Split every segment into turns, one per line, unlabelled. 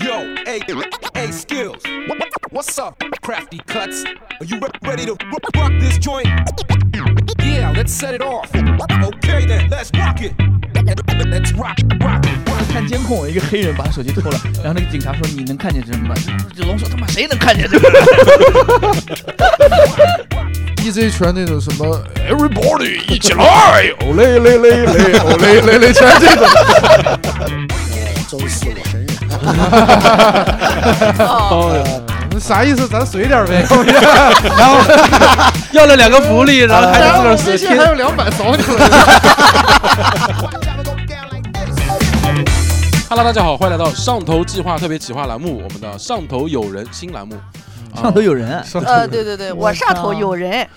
Yo, hey, hey, skills. What's up, crafty cuts? Are you re- ready to ro- rock this joint? Yeah, let's set it off. Okay, then, let's rock it. Let's rock, rock it, rock
看监控，一个黑人把手机偷 了，然后那个警察说你能看见什么吗？龙说他妈谁能看见这 个？
DJ 全那种什么 Everybody 一起来，哦嘞嘞嘞嘞，哦嘞嘞嘞，全这种。
周四我生日，
哦
啥意思？咱随点 呗。
要了两个福 利，然后还
啊
得自个儿
微
死
信
贴
还有两百扫你了。
Hello，大家好，欢迎来到上头计划特别企划栏目，我们的上头有人新栏目。
上头有人 啊，
呃，对对对，我上头有人。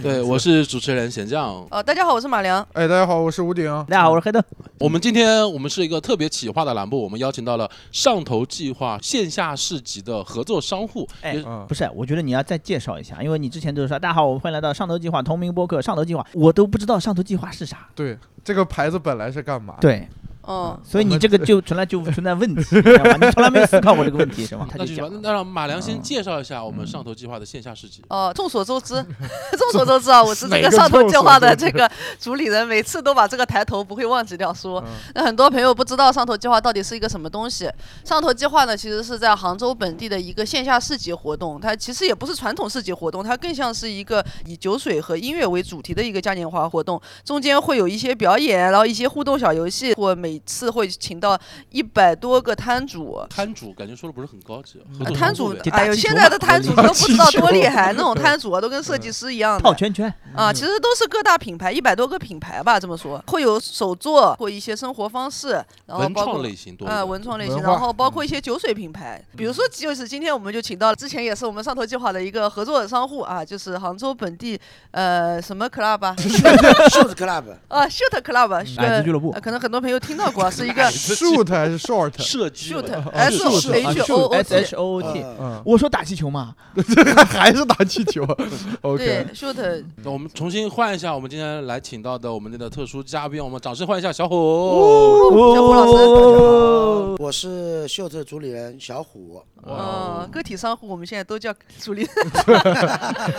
对，我是主持人咸酱。
呃，大家好，我是马良。
哎，大家好，我是吴鼎。
大家好，我是 黑豆。
我们今天我们是一个特别企划的栏目，我们邀请到了上头计划线下市集的合作商户。
哎
也
啊
不，是，我觉得你要再介绍一下，因为你之前就是说大家好，我们欢迎来到上头计划同名播客上头计划，我都不知道上头计划是啥。
对，这个牌子本来是干嘛？，
对，
嗯，
所以你这个就存在就存在问题，你知道 吗？你从来没有思考过这个问题是吗？他
那
就
就是吧
讲，
那让马良先介绍一下我们上头计划的线下市集。
哦，众所周知， 众所周知啊，我是这个上头计划的这个主理人，每次都把这个抬头不会忘记掉说。那很多朋友不知道上头计划到底是一个什么东西。上头计划呢，其实是在杭州本地的一个线下市集活动，它其实也不是传统市集活动，它更像是一个以酒水和音乐为主题的一个嘉年华活动，中间会有一些表演，然后一些互动小游戏，或每次会请到一百多个摊主，
摊主感觉说的不是很高级，合
啊
作
摊
商
主
户呗，
这打
哎呦，
气球
现
嘛
在的摊主
打
都不
气
知道
球
多厉害，那种摊主啊，都跟设计师一样
嗯套
的。
圈圈，
啊，其实都是各大品牌，一百多个品牌吧，这么说，会有手作或一些生活方式，然后
文
哦包
创
括
类型多一
呃
点。
文创类
文
型，
化
然后包括一些酒水品牌，比如说就是今天我们就请到了之前也是我们上头计划的一个合作商户啊，就是杭州本地呃什么 club 啊，
Shoot Club，
啊 shoot club，
矮子俱乐部
呃可能很多朋友听到过啊，是一个
shoot 还是 short？
社区
shoot
文化
s
是
h o o
S
t
啊 H O O T。
呃
嗯，
我说打气球嘛，
还是打气 球。
对
OK，
shoot
那我们重新换一下，我们今天来请到的我们的特殊嘉宾，我们掌声欢迎一下小虎。
嗯
小虎老师
哦
我是 Shoot 主理人小虎，
哇
嗯，个体商户我们现在都叫主力，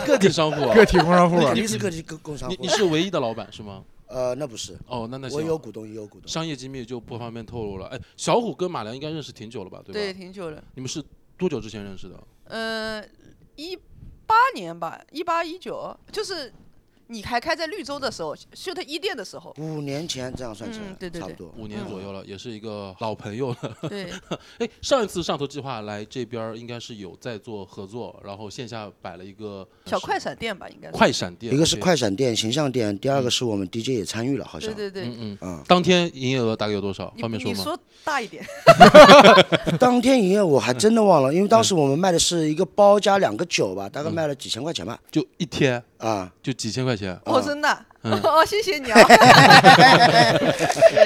个体商户啊，
个体工商户
我
啊
肯，定是个体工工商
你
户
你。是唯一的老板是吗？
呃，那不是，
哦，那那行
我有股东也有股东。，
商业机密就不方便透露了。哎，小虎跟马良应该认识挺久了吧？对吧？
对，挺久了。
你们是多久之前认识的？
呃，一八年吧，一八一九，就是你还开在绿洲的时候，秀特一店的时候
五年前这样算起来，
嗯对对
差
对
不多。
五年左右
嗯
了，也是一个老朋友了。
对，
哎，上一次上头计划来这边儿应该是有在做合作，然后线下摆了一个
小快闪店吧，应该是。
快闪店，
一个是
对，
快闪店、形象店，第二个是我们 DJ 也参与了，好像
对。对对，
嗯嗯。
嗯，
当天营业额大概有多少？
你
方便
你
吗？
说大一点，
当天营业我还真的忘了，因为当时我们卖的是一个包加两个酒吧，大概卖了几千块钱吧。
就一天
啊，
就几千块钱，
哦，真的，
嗯
哦，谢谢你啊。对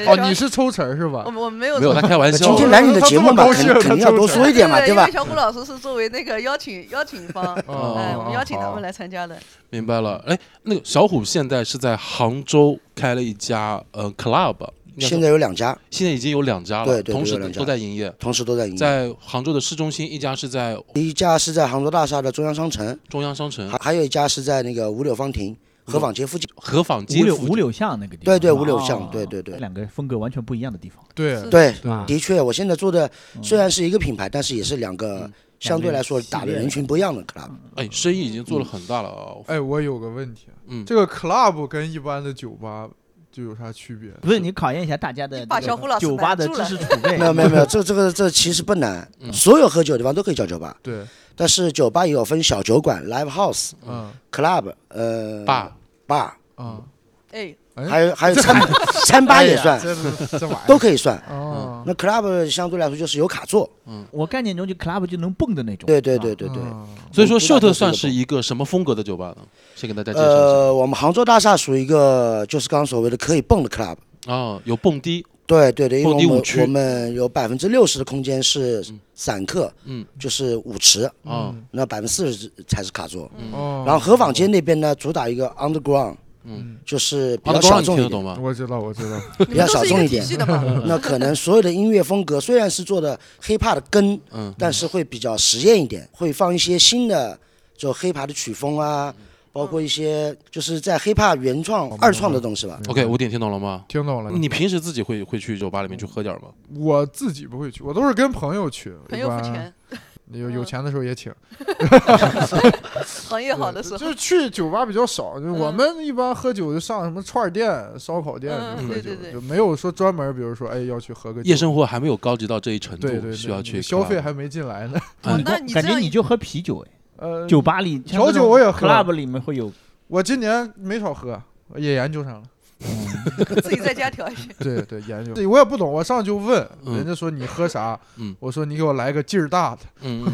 哦，你是抽成是吧
我？们我们没有
没有他开玩笑
今。天来你的节目嘛，
他这么高兴
肯肯定要多说一点嘛，
对
对
因为
吧？
小虎老师是作为那个邀请邀请方，
哦
哎，我们邀请他
好
们来参加的。
明白了，哎，那个小虎现在是在杭州开了一家呃 club，应该说
现在有两家，
现在已经有两家了，
对对对
同时
有两家
都在营业，
同时都在营业。
在杭州的市中心，一家是在
一家是在杭州大厦的中央商城，
中央商城
还还有一家是在那个五柳芳亭河坊街附近。
河坊街
五柳
附近
五柳巷那个地方，
对对
是吧
五柳巷
哦
对对对
两个风格完全不一样的地方，
对，
对，
对
啊
吧？
的确，我现在做的虽然是一个品牌，但是也是两个相对来说
两个
打
系
的
列
人群不一样的 club。
哎，生意已经做了很大了啊、
哎，我有个问题，
嗯，
这个 club 跟一般的酒吧就有啥区别？
不是你考验一下大家的
把
这
小
个
胡老师
酒吧
难
的
住
知
了
识储备。
没有没有没有，这这个这其实不难，
嗯
所有喝酒的地方都可以叫酒吧，
对，
但是酒吧也有分小酒馆、live house、
嗯
club，呃，
爸，
bar，
啊，
哎，
哎
还有还有餐餐吧也算，
这这玩意
都可以算。
哦，
那 club 相对来说就是有卡座，
我概念中就 club 就能蹦的那种。
对对
是吧
对对对。
嗯哦
所以说
我不知道
Shot
这是
算
个
是一个什么风格的酒吧呢？先给大家介绍一
呃，我们杭州大厦属于一个就是刚刚所谓的可以蹦的 club。
下啊、有蹦迪，
对对对，因
蹦迪
为我
舞
们
区
我们有百分之六十的空间是
嗯
散客，
嗯
就是舞池，
嗯
啊、
那百分之四十才是卡座。
哦，
然后河坊街那边呢，主打一个 underground，
嗯，
就是比
阿拉
较
伯让
小
你
众
听得
一点
懂。吗？
嗯我知道，我 知道，
你们都是一
比较小众
个
一
体
点
系的嘛。
那可能所有的音乐风格虽然是做的 hiphop 的根，
嗯，
但是会比较实验一点，会放一些新的就 hiphop 的曲风啊，包括一些就是在 hiphop 原创
哦
嗯
二创的东西吧。
OK，五点听懂了吗？
听懂了。
你平时自己会会去酒吧里面去喝点儿吗？
我自己不会去，我都是跟朋友去。
朋友付钱，
一般，有有
嗯
钱的时候也请。
行业好的时
就
候，
是去酒吧比较少，就
嗯
我们一般喝酒就上什么串儿店、烧烤店
嗯
就喝
对
酒
对，对
就没有说专门，比如说哎要去喝个酒
夜生活还没有高级到这一程
对对
度，需要去
对消费
club
还没进来呢。
嗯
哦那你这
感觉
样
啊你就喝啤酒哎，
呃，
酒吧里
调酒我也喝
club 里面会有，
我今年没少喝，我也研究上 了。
自己在家调一些。
对对，研究。对，我也不懂，我上去就问，
嗯
人家说你喝啥
嗯，
我说你给我来个劲儿大的，
嗯，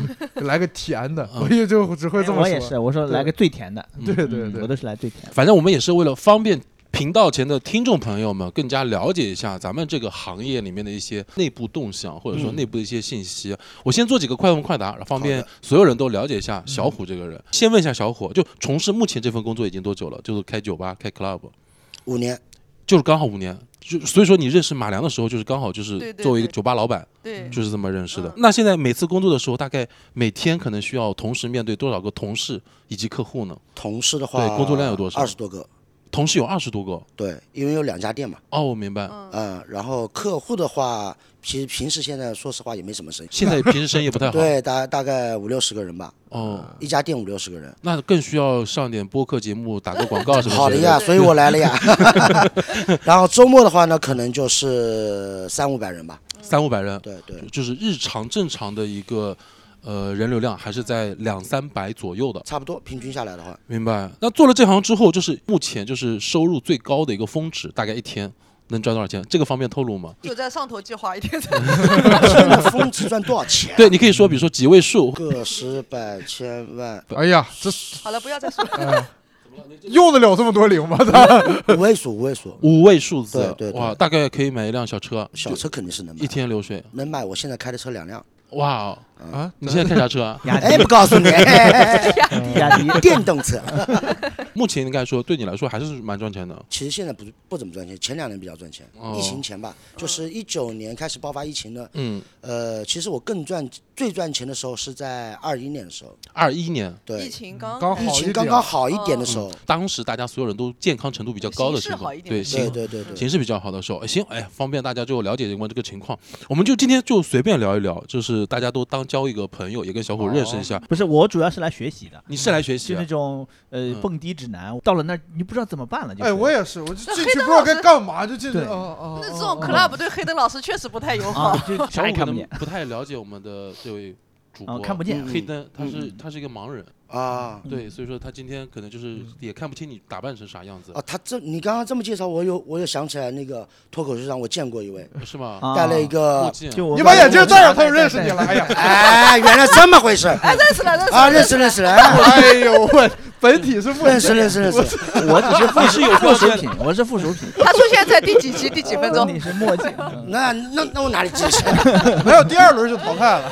嗯
来个甜的，
嗯
我也就只会这么
哎我也
说。
是，我说来个最甜的，
嗯
对对
嗯
对
我，都是来最甜的。
反正我们也是为了方便频道前的听众朋友们更加了解一下咱们这个行业里面的一些内部动向，或者说
嗯
内部的一些信息。我先做几个快问快答，方便
好的
所有人都了解一下小虎这个
嗯
人。先问一下小虎，就从事目前这份工作已经多久了？就是开酒吧、开 club，
五年，
就是刚好五年。就所以说你认识马良的时候，就是刚好就是
对对
作为一个
对
酒吧老板，
对，
就是这么认识的
嗯。
那现在每次工作的时候，大概每天可能需要同时面对多少个同事以及客户呢？
同事的话，
对工作量有多少
二十多个。
同事有二十多个。
对，因为有两家店嘛，
哦，我明白。
嗯，
嗯，然后客户的话，其实平时现在说实话也没什么生意，
现在平时生意不太好。
对，大大概五六十个人吧，
哦，
一家店五六十个人。
那更需要上点播客节目，打个广告什么之类
好的呀，
对
所以我来 了呀。然后周末的话呢，可能就是三五百人吧。
三五百人，
对对
就，就是日常正常的一个呃人流量还是在两三百左右的。
差不多平均下来的话，
明白。那做了这行之后，就是目前就是收入最高的一个峰值，大概一天能赚多少钱？这个方便透露吗？
就在上头计划一天。
天呐，峰值赚多少钱？
对，，你可以说，比如
嗯
说几位数。
个十百千万
哎呀，这
好了，不要再说了。
用得了这么多零吗？他
五位数，五位数，
五位数字，
对对对
哇，大概可以买一辆小车，
小车肯定是能买
一，天流水，
能买我现在开的车两辆。
哇，
啊，
你现在开啥车啊？
雅
哎，
迪
不，告 诉你，
迪雅迪，
电动车。
目前应该说对你来说还是蛮赚钱的，
其实现在不不怎么赚钱，前两年比较赚钱
哦。
疫情前吧，就是一九年开始爆发疫情的。
嗯，
呃，其实我更赚最赚钱的时候是在二一年的时候，
二一年，
疫
对，
情刚
刚好
疫
一
情
点
刚刚好一点的时候。
当时大家所有人都健康程度比较高的
形势
情况
好一，点
对，
对
嗯行
对对对对，
形势比较好的时候，哎行，哎，方便大家就了解一下这个情况。我们就今天就随便聊一聊，就是大家都当交一个朋友，也跟小虎认识一
哦
下。
不是我主要是来学习的，
你是来学习
是
啊
那？种呃
嗯
蹦迪指南，到了那儿你不知道怎么办了，就是
哎，我也是，我就
那
进
黑
去不
灯
知道
老师
该干嘛，就进去。
对
哦哦
那这
哦
种
哦
club 对黑灯老师确实不太友好
啊。就
小
啥
虎
也
可
看不
能
见，
不太了解我们的这位主
啊
播，
看不见，嗯
黑灯，他
嗯
是
嗯
他是一个盲人，
啊
对，所以说他今天可能就是也看不清你打扮成啥样子
啊，，他这你刚刚这么介绍，我有我有想起来那个脱口秀上我见过一位，
是吗？
啊
戴了一
墨
个，
镜，
就我
你把眼镜戴上，他就认识你了。哎呀，
哎，原来这么回事儿
哎，认识了，认识了，
啊，认识认识，哎
哎呦我本体是不
认识认识认识，
我只是附是有附属品，我是附属品。
他出现在第几集第几分钟
哦你？是墨镜，嗯
那那那我哪里记起来？
没有第二轮就淘汰了。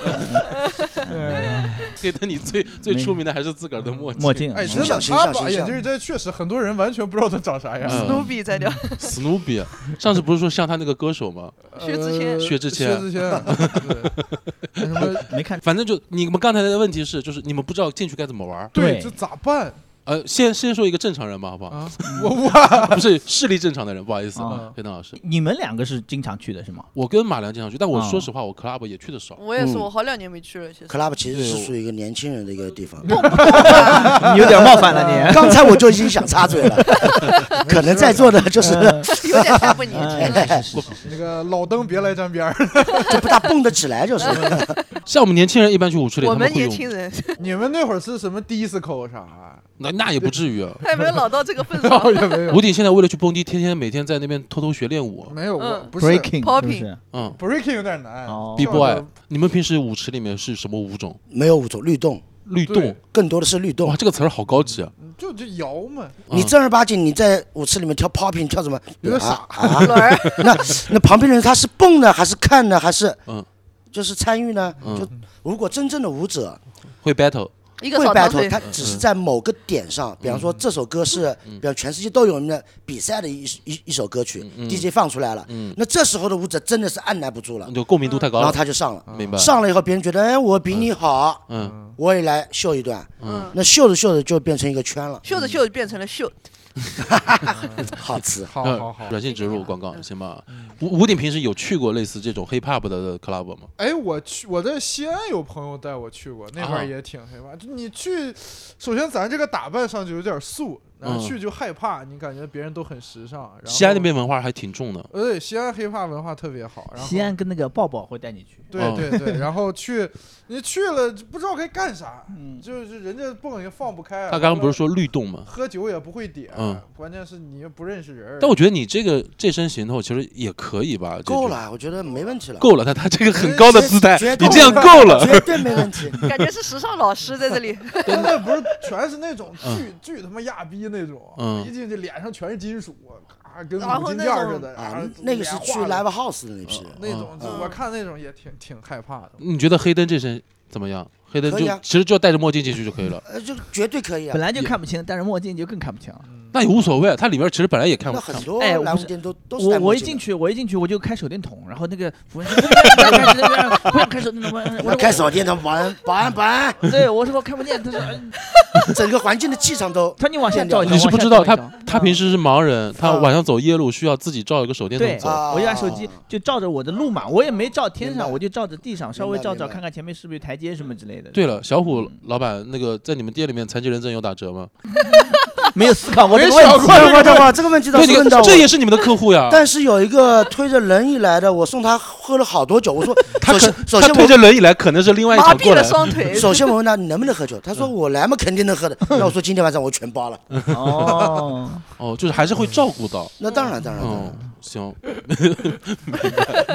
黑灯，你最最
没
出名的还是自个儿的墨镜。
墨镜。
哎，
嗯
真
形
的，
象形
他
象
把
形
眼
象
镜这确实很多人完全不知道他长 啥样。
嗯
史努比在聊，
史努比，上次不是说像他那个歌手吗？
薛之谦
呃
薛之谦
薛之 谦，对那什么？
没看
反正就你们刚才的问题是，就是你们不知道进去该怎么玩儿。
对，
对
这咋办
呃，先先说一个正常人吧，好不好？
啊？我我
不是视力正常的人，不好意思
啊，
黑灯老师。
你们两个是经常去的是吗？
我跟马良经常去，但我
啊
说实话，我 club 也去的少。
我也是，
嗯
我好两年没去了，其实。
club 其实是属于一个年轻人的一个地方。
你有点冒犯了
刚才我就已经想插嘴了， 可能在座的就是
有点太不年
你。
轻了。
嗯，是是是是
那个老登别来沾边儿。
就不大蹦得起来，就是
像我们年轻人一般去舞池里，
我
哎他
们
们会
年
用
轻，人
你们那会儿是什么 disco 啥？
那那也不至于。啊
还没有老到这个份上。
倒哦也没有
吴，鼎现在为了去蹦迪，天天每天在那边偷偷学练舞。
没有，我
嗯
不是
breaking 是不
Popping
是？
嗯
breaking 有点难。
哦
b
这
boy，
个
你们平时舞池里面是什么舞种？
没有舞种律动，
律动
对。
更多的是律
哇，
动。
这个哦词儿好高级啊！
就就摇嘛，
嗯
你正儿八经你在舞池里面跳 popping 跳什么？
有点傻
啊啊！
轮儿，
那那旁边人他是蹦呢，还是看呢，还是
嗯
就是参与呢？
嗯
就如果真正的舞者，
会 battle，
一个
会
扫堂
battle，
腿，
它只是在某个点上，
嗯
比方说这首歌是，比方全世界都有人的比赛的一一一首歌曲，DJ
嗯
放出来了，那这时候的舞者真的是按耐不住了，
就共鸣度太高
然后
了。
他就上了，
明白？
上了以后别人觉得，哎，我比你好，
嗯，
我也来秀一段，
嗯，
那秀着秀着就变成一个圈了，
秀着秀着变成了秀，
好词。
好
呃
好好。
软性植入广告行吧。吴吴鼎平时有去过类似这种 hip hop 的 club 吗？
哎，我去，我在西安有朋友带我去过，那
啊
块儿也挺黑怕。就你去，首先咱这个打扮上就有点素，然后
嗯
去就害怕，你感觉别人都很时尚。然后
西安那边文化还挺重的。
呃，对，西安黑怕文化特别好。然后
西安跟那个抱抱会带你去，
对
嗯
对对， 然后去你去了就不知道该干啥，
嗯，
就是人家蹦也放不开。啊
他刚刚不是说律动吗？
喝酒也不会点，
嗯
关键是你又不认识人儿。
但我觉得你这个这身行头其实也可以吧，这
够
种，
了，我觉得没问题了，
够了。他 他这个很高的姿态，
绝
你
对
这样够了。
绝对没问题。
感觉是时尚老师在这里。
真的不是全是那种巨巨他妈亚逼那种，
嗯
一进去脸上全是金属，啊，跟
然
五
后
金
那
件儿
种
似的，然
啊
后，
那个是
脸
去
画的
live house 的那批，
哦
那种，
嗯
就我看那种也挺挺害怕
嗯
的。
你觉得黑灯这身怎么样？黑灯
可
就
以啊
其实就戴着墨镜进去就可以了，
呃，就绝对可以
本
啊。
来就看不清，戴着墨镜就更看不清了。
那也无所谓。它里边其实本来也看
那
不
很
看不。
多
哎我
栏
不
目
是
店都都是
我
戴墨
我一
镜
进
的
去，我一进去我就开手电筒，然后那个服务员说不要开手电筒不要开手电筒，不要开手电筒，我
要开手电筒，保安保安 保安，
我对我说我看不见，他说嗯
整个环境的气场都
他说你往下照一下，
你是不知道
往下
他
照一下
他平时是盲人，他
嗯
晚上走夜路需要自己照一个手电
对
筒，走。
啊
我就把手机就照着我的路嘛，我也没照天
明白
上，我就照着地上，稍微照
明白
照
明白
看看前面是不是有台阶什么之类的。
对，了，小虎老板，那个在你们店里面残疾人证有打折吗？
没有思考过这个
没
问
想
题。
过
等会儿等会儿，啊这个问题倒
对，
是
你
问
看
到我
这。也是你们的客户呀。
但是有一个推着轮椅来的，我送他喝了好多酒。 我说，
他可
首先首
他
先
推
我
着轮椅来，可能是另外一
麻
场过
痹了
来。
双腿，
首先我问他你能不能喝酒，他
嗯
说我来嘛肯定能喝的。那我说今天晚上我全包了。
哦，
哦，就是还是会照顾到。
那当然当然当然
嗯，行，
没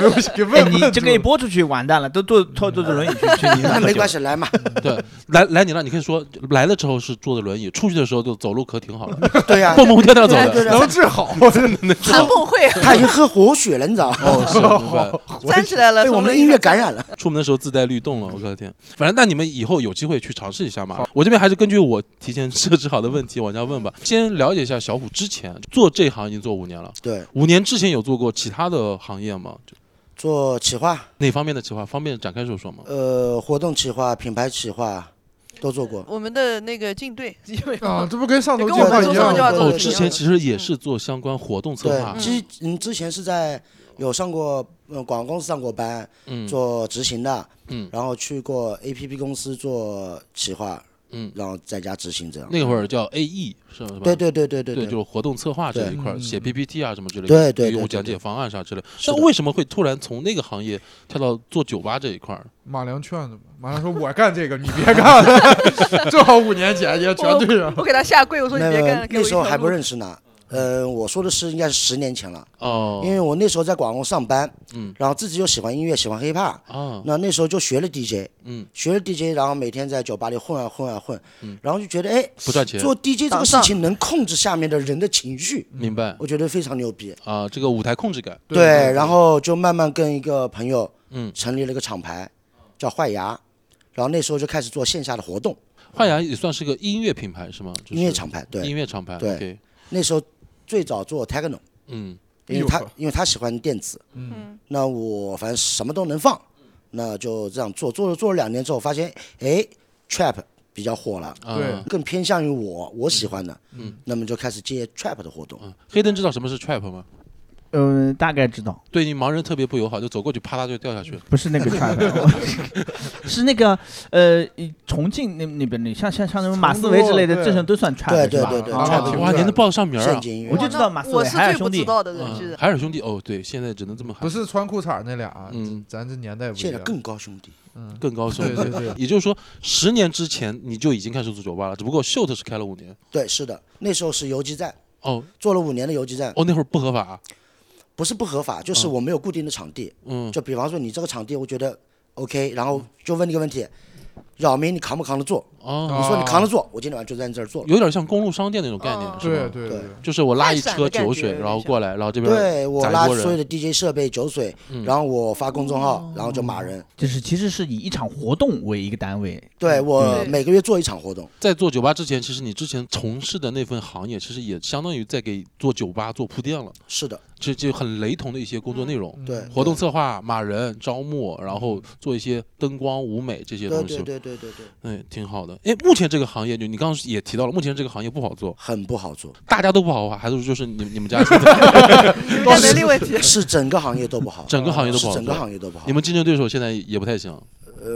有给
哎，
问
你
问
这
住
个一
了
播出去完蛋了，都坐坐坐着轮椅去去你那
那没关系，来嘛。
对，来来你那，你可以说来了之后是坐着轮椅，出去的时候就走路可挺好了，
对呀，
蹦蹦跳跳走
对哎对
的。
对，
能治好，
韩梦会
他已经喝活血了，你知 道吗？
哦，是明 白。
站起来了，
被我
从
们的
轮椅
音乐
上
感 染了。
出门的时候自带律动了，我的天！反正那你们以后有机会去尝试一下嘛。我这边还是根据我提前设置好的问题往下问吧。先了解一下小虎之前做这行已经做五年了，
对，
五年之前有做过其他的行业吗？就
做企划，
哪方面的企划？方便展开说说吗？
呃，活动企划、品牌企划都做过。
我们的那个竞队，
啊，这不跟上头
跟
计
我
划
们
一
做
这
样
上就
种计
要
划对
做嗯
哦，
对
之前其实也是做相关活动策划
对，，其实嗯，之前是在有上过嗯广告公司上过班，
嗯
做执行的，
嗯
然后去过 A P P 公司做企划，
嗯，
然后在家执行这样。
那会儿叫 AE 是吧？是吧
对对对对对
对，就是活动策划这
对
一块儿，
嗯
写 PPT 啊什么之类的，
对对
给
对
我
对
讲解
对
方案啥之类的。
是
那
的
为什么会突然从那个行业跳到做酒吧这一块儿？
马良劝的嘛。马良说：“我干这个，你别
嗯
干了。”正好五年前也全对上。
我给他下跪，我说你
那
别干了，
个
给我
那
一
时候
条
还不
路
认识呢，
嗯
呃，我说的是应该是十年前了，
哦，
因为我那时候在广告公司上班，
嗯
然后自己又喜欢音乐，喜欢 hiphop，
啊，
那那时候就学了 DJ，
嗯，
学了 DJ，然后每天在酒吧里混啊混啊混，然后就觉得哎，
不赚钱，
做 DJ 这
打
个事
仗
情能控制下面的人的情绪，
明白
我觉得非常牛逼。
啊，这个舞台控制感，
对，然后就慢慢跟一个朋友，
嗯
成立了一个厂牌，叫坏牙，然后那时候就开始做线下的活动，
幻牙也算是个音乐品牌是吗？就是
音乐厂牌。
音
对，
乐厂牌，
对
OK，
那时候最早做 techno，
嗯，
哎
因
呦
为他
呵
因为他喜欢电子，
嗯，
那我反正什么都能放，那就这样做，做了做了两年之后，发现哎，trap 比较火了。
啊
对
更偏向于我我喜欢的，
嗯，
那么就开始接 trap 的活动，
啊，黑灯知道什么是 trap 吗？
嗯，大概知道，
对你盲人特别不友好，就走过去啪嗒就掉下去了。
不是 那个 trap，我是那个呃，重庆那那边的，像像像什么马思唯之类的，
成都
这种都算 trap
对
是吧？
对对
啊
嗯 trap
哇，
对
您都报得上名儿
圣
啊！
经音乐
我。就知道
哇那
马思
我
唯
是
海尔
最不
兄
知
弟，
道的人，居
嗯
然
海尔兄弟哦，对，现在只能这么喊
不，是穿裤衩那俩，啊
嗯
咱这年代不一
现在
样。
更高兄弟，
嗯，
更高深
对。对对，
也就是说，十年之前你就已经开始做酒吧了，只不过 Shoot 是开了五年。
对，是的，那时候是游击战，
哦
做了五年的游击战，
哦，那会儿不合法。
不是不合法，就是我没有固定的场地，
嗯
就比方说你这个场地，我觉得 OK，然后就问你一个问题，扰民你扛不扛得住？
哦，
啊
你说你扛得住，我今天晚上就在你这儿做。
有点像公路商店那种概念，
嗯
是
对
吧？
对
对
就是我拉一车
快闪的感
酒
觉
水，然后过来，然后这边
对我
宰一
拉
波
所
人，
有的 DJ 设备、酒水，
嗯
然后我发公众号，然后就骂人。
就是其实是以一场活动为一个单位，
对我
对
每个月做一场活动，
在做酒吧之前，其实你之前从事的那份行业，其实也相当于在给做酒吧做铺垫了，
是的，
其实就很雷同的一些工作内容。
嗯
对
活动策划、骂人、招募，然后做一些灯光、舞美这些
对
东西
对，对对对对，
哎，挺好的。哎，目前这个行业，就你刚刚也提到了，目前这个行业不好做，
很不好做，
大家都不好做，还是就是你你们家
有点能力问题。
是整个行业都不好，
整个行业都不
是
好
整个
做？
行业都不好。
你们竞争对手现在也不太行，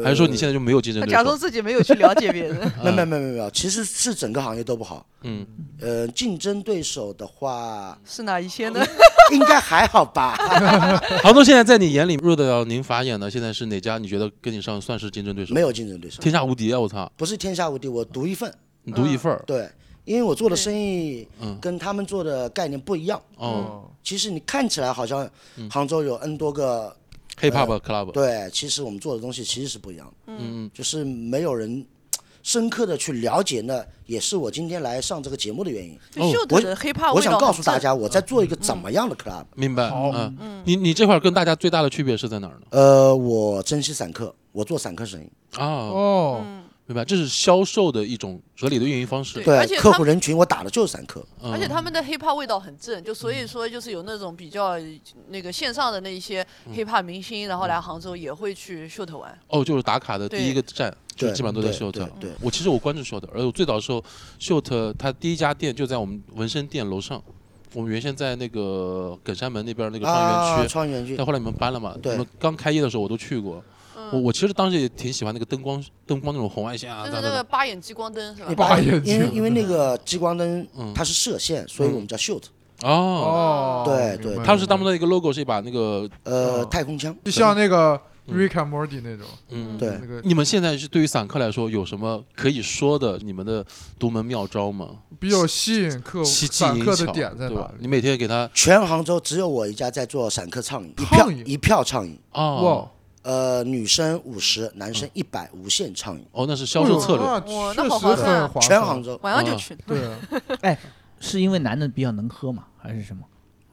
还是说你现在就没有竞争
他
对
假
手
装？自己没有去了解别 人，
没没没没没有，其实是整个行业都不好。
嗯，
呃，竞争对手的话，
是哪一些呢？
应该还好吧？
杭州现在在你眼里入得了宁法眼的，现在是哪家？你觉得跟你上算是竞争对手？
没有竞争对手，
天下无敌啊！我操，
不是天下无敌，我独一份。
你独一份儿。
对，因为我做的生意
嗯
跟他们做的概念不一样。嗯
哦嗯
其实你看起来好像杭州有 N 多个，
嗯
，hiphop club，
对，其实我们做的东西其实是不一样的，
嗯，
就是没有人深刻的去了解那，也是我今天来上这个节目的原因。
哦
秀
我
的黑怕
我
味道
想
很
告诉大
正，嗯
家，我
嗯
在做一个怎么样的 club？
明白。
好
嗯，你你这块儿跟大家最大的区别是在哪儿呢？
呃，我珍惜散客，我做散客生意，
啊，
哦，
明白，这是销售的一种合理的运营方式。
对而
对
且
客
他
户人群我打的就是散客。
嗯
而且他们的黑怕味道很正，就所
嗯
以说就是有那种比较那个线上的那一些黑怕明星，然后来杭州也会去秀特玩。
哦，就是打卡的第一个站，就
对
基本上都在
对
Short。
对对
我其实我关注 Short，而且我最早的时候，Short 它第一家店就在我们纹身店楼上。我们原先在那个梗山门那边那个创
啊，
园区，
创园区
但，后来你们搬了嘛？
对
你们刚开业的时候我都去过。
嗯
我我其实当时也挺喜欢那个灯光灯光那种红外线啊，
就是
咋
那
咋
个
咋
八眼激光灯是吧
你？
把
把
眼
因为
睛
因为那个激光灯
嗯
它是射线，所以我们叫 shoot，
哦，
哦，
对对
明白
他们是当时的一个 logo 是一把那个
呃，太空枪。
啊就像那个
嗯
Rick and Morty 那种，
嗯。
对
那个
你们现在是对于散客来说有什么可以说的你们的独门妙招吗？
比较吸引客户
奇技
散
淫
客
巧，
的点在
对
哪
吧？
里？
你每天给他
全杭州只有我一家在做散客畅饮，一
畅
票
饮
一票畅饮，
哦
哇，
呃，女生五十，男
嗯
生一百，无限畅饮，
哦，那是销
嗯
售策略。
哇
略
那
确
好
实
划算啊
很划
全
算
杭州，
晚上就去。
对啊，
是因为男的比较能喝嘛，还是什么？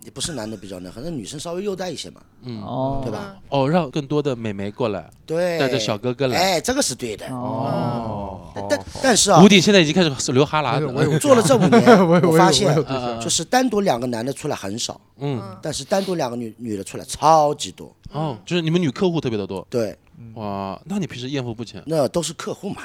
也不是男的比较那，可能女生稍微优待一些嘛，
嗯，
哦，
对吧？
嗯，
哦，让更多的美眉过来，
对，
带着小哥哥来。
哎，这个是对的，
哦，
好
但但是啊
吴，鼎现在已经开始流哈喇
没
子
有我有
了。
做了这五
我
年，
有
我
我有
发现
我有
嗯嗯
就是单独两个男的出来很少，
嗯，
但是单独两个女女的出来超级多，
哦，就是你们女客户特别的多。
对，？
嗯
哇，那你平时艳福不啊浅
那都是客户嘛，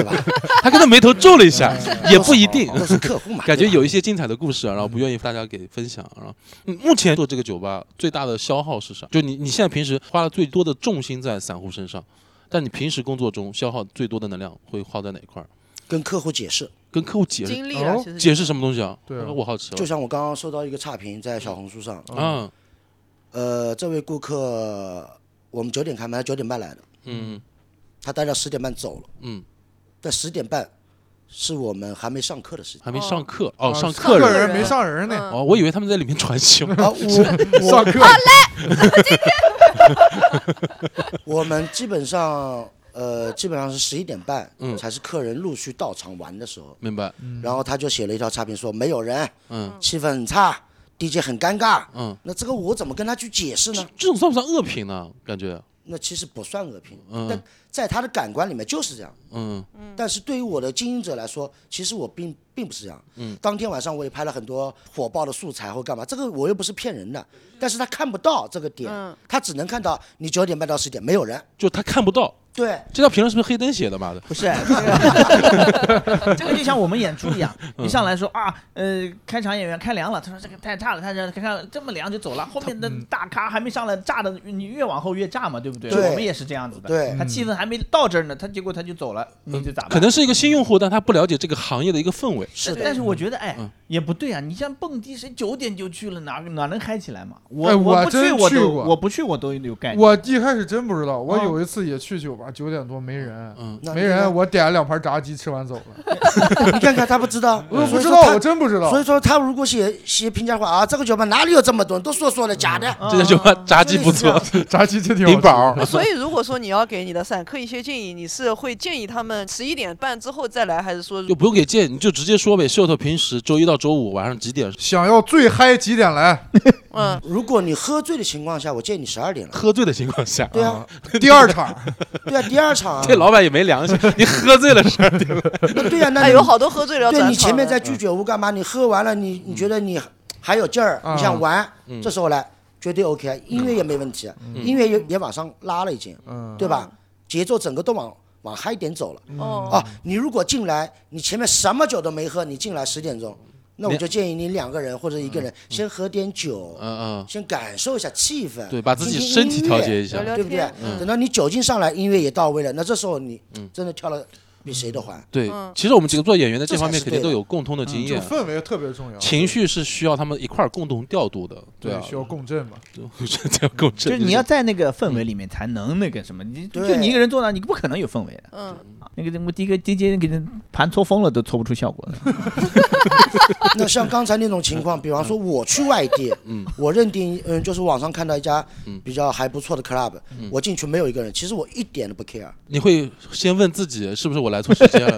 吧？
他刚才眉头皱了一下，
哎
也不一定。
都是客户嘛，
感觉
对吧
有一些精彩的故事啊，然后不愿意大家给分享啊。嗯目前做这个酒吧最大的消耗是啥？就你你现在平时花了最多的重心在散户身上，但你平时工作中消耗最多的能量会耗在哪一块儿？
跟客户解释，
跟客户解释
经历了
哦
其实
解释什么东西啊？
对啊
我好奇
就
了。
像我刚刚收到一个差评在小红书上，
嗯
呃，这位顾客，我们九点开门，他九点半来的，
嗯
他待到十点半走了，
嗯，
但十点半是我们还没上课的时间。
还没上课哦，上
客
课人
人没上哦人
嗯
呢，
哦，我以为他们在里面传情。
啊，我
上课
我们基本上，呃，基本上是十一点半，
嗯
才是客人陆续到场玩的时候。
明白，
然后他就写了一条差评说没有人，
嗯
气氛很差，DJ 很尴尬。
嗯，
那这个我怎么跟他去解释
这
呢？
这种算不算恶评呢？感觉，
那其实不算恶评，
嗯
但在他的感官里面就是这样。
嗯
但是对于我的经营者来说，其实我并并不是这样。嗯，当天晚上我也拍了很多火爆的素材或干嘛，这个我又不是骗人的。但是他看不到这个点，
嗯
他只能看到你九点半到十点没有人。
就他看不到
对，
这条评论是不是黑灯写的？妈的，
不是， 这个这个就像我们演出一样，
嗯
一上来说啊，呃，开场演员开凉了，他说这个太差了，他这开场这么凉就走了，后面的大咖还没上来，炸的你越往后越炸嘛，对不对？
嗯对
我们也是这样子的，
对嗯
他气氛还没到这儿呢，他结果他就走了，你就咋办？
可能是一个新用户，但他不了解这个行业的一个氛围。
是的。
但是我觉得，哎
嗯，
也不对啊！你像蹦迪，谁九点就去了，哪哪能嗨起来嘛？我
哎我
我不去，
真
我
去
都
过
我不去，我都有概念。
我一开始真不知道，我
啊
有一次也去酒吧，啊，九点多没人，
嗯，
那
没
你
人，
看
我点了两盘炸鸡吃完走了。
你看看他不知道，
我
所
不
以
知
说
道，
他
我真不知道
所。以说他如果写写评价的话啊，这个酒吧哪里有这么多人，都说说的假
嗯
的。
这个酒吧炸鸡不
这
错
个，
炸鸡真挺好吃
顶饱。
所以，如果说你要给你的散客一些建议，你是会建议他们十一点半之后再来，还是说
就不用给建议，你就直接说呗。秀特平时周一到周五晚上几点？
想要最嗨几点来？
嗯，
如果你喝醉的情况下，我建议你十二点了。
喝醉的情况下，
对啊，
第二场，
对啊，第二场啊，
这老板也没良心，你喝醉了是吧？
那对啊，那
哎，
你
有好多喝醉了要
对
转
你前
场
面
的
在居酒屋干嘛？你喝完了，你你觉得你还有劲儿，
嗯
你想玩
嗯，
这时候来绝对 OK，音乐也没问题，音乐也也往上拉了已经，
嗯，
对吧？节奏整个都往往嗨点走
嗯
了。
哦，
啊，你如果进来，你前面什么酒都没喝，你进来十点钟，那我
连
就建议你两个人或者一个人先喝点酒，
嗯
先感受一下气氛，
对，把自己
听听
身体
音
调
乐
节一下
聊。聊
对不对
天？
嗯
等到你酒精上来，音乐也到位了，那这时候你真的跳了比谁都欢。
对
嗯，
其实我们几个做演员的
这
这方
才
面
是
肯定
对
都
的
有共通的经
这个
验，
氛围特别重要，
情绪是需要他们一块儿共同调度的。对啊，
需要共振嘛。
这要共
就
振。
是你要在那个氛围里面才能那个什么，你就
对
你一个人坐那，你不可能有氛围的。
嗯，
啊那个我第一个 DJ 给他盘搓疯了都搓不出效果的。
那像刚才那种情况，比方说我去外地，
嗯
我认定嗯，就是网上看到一家
嗯
比较还不错的 club，我进去没有一个人，其实我一点都不 care，
你会先问自己是不是我来错时间了？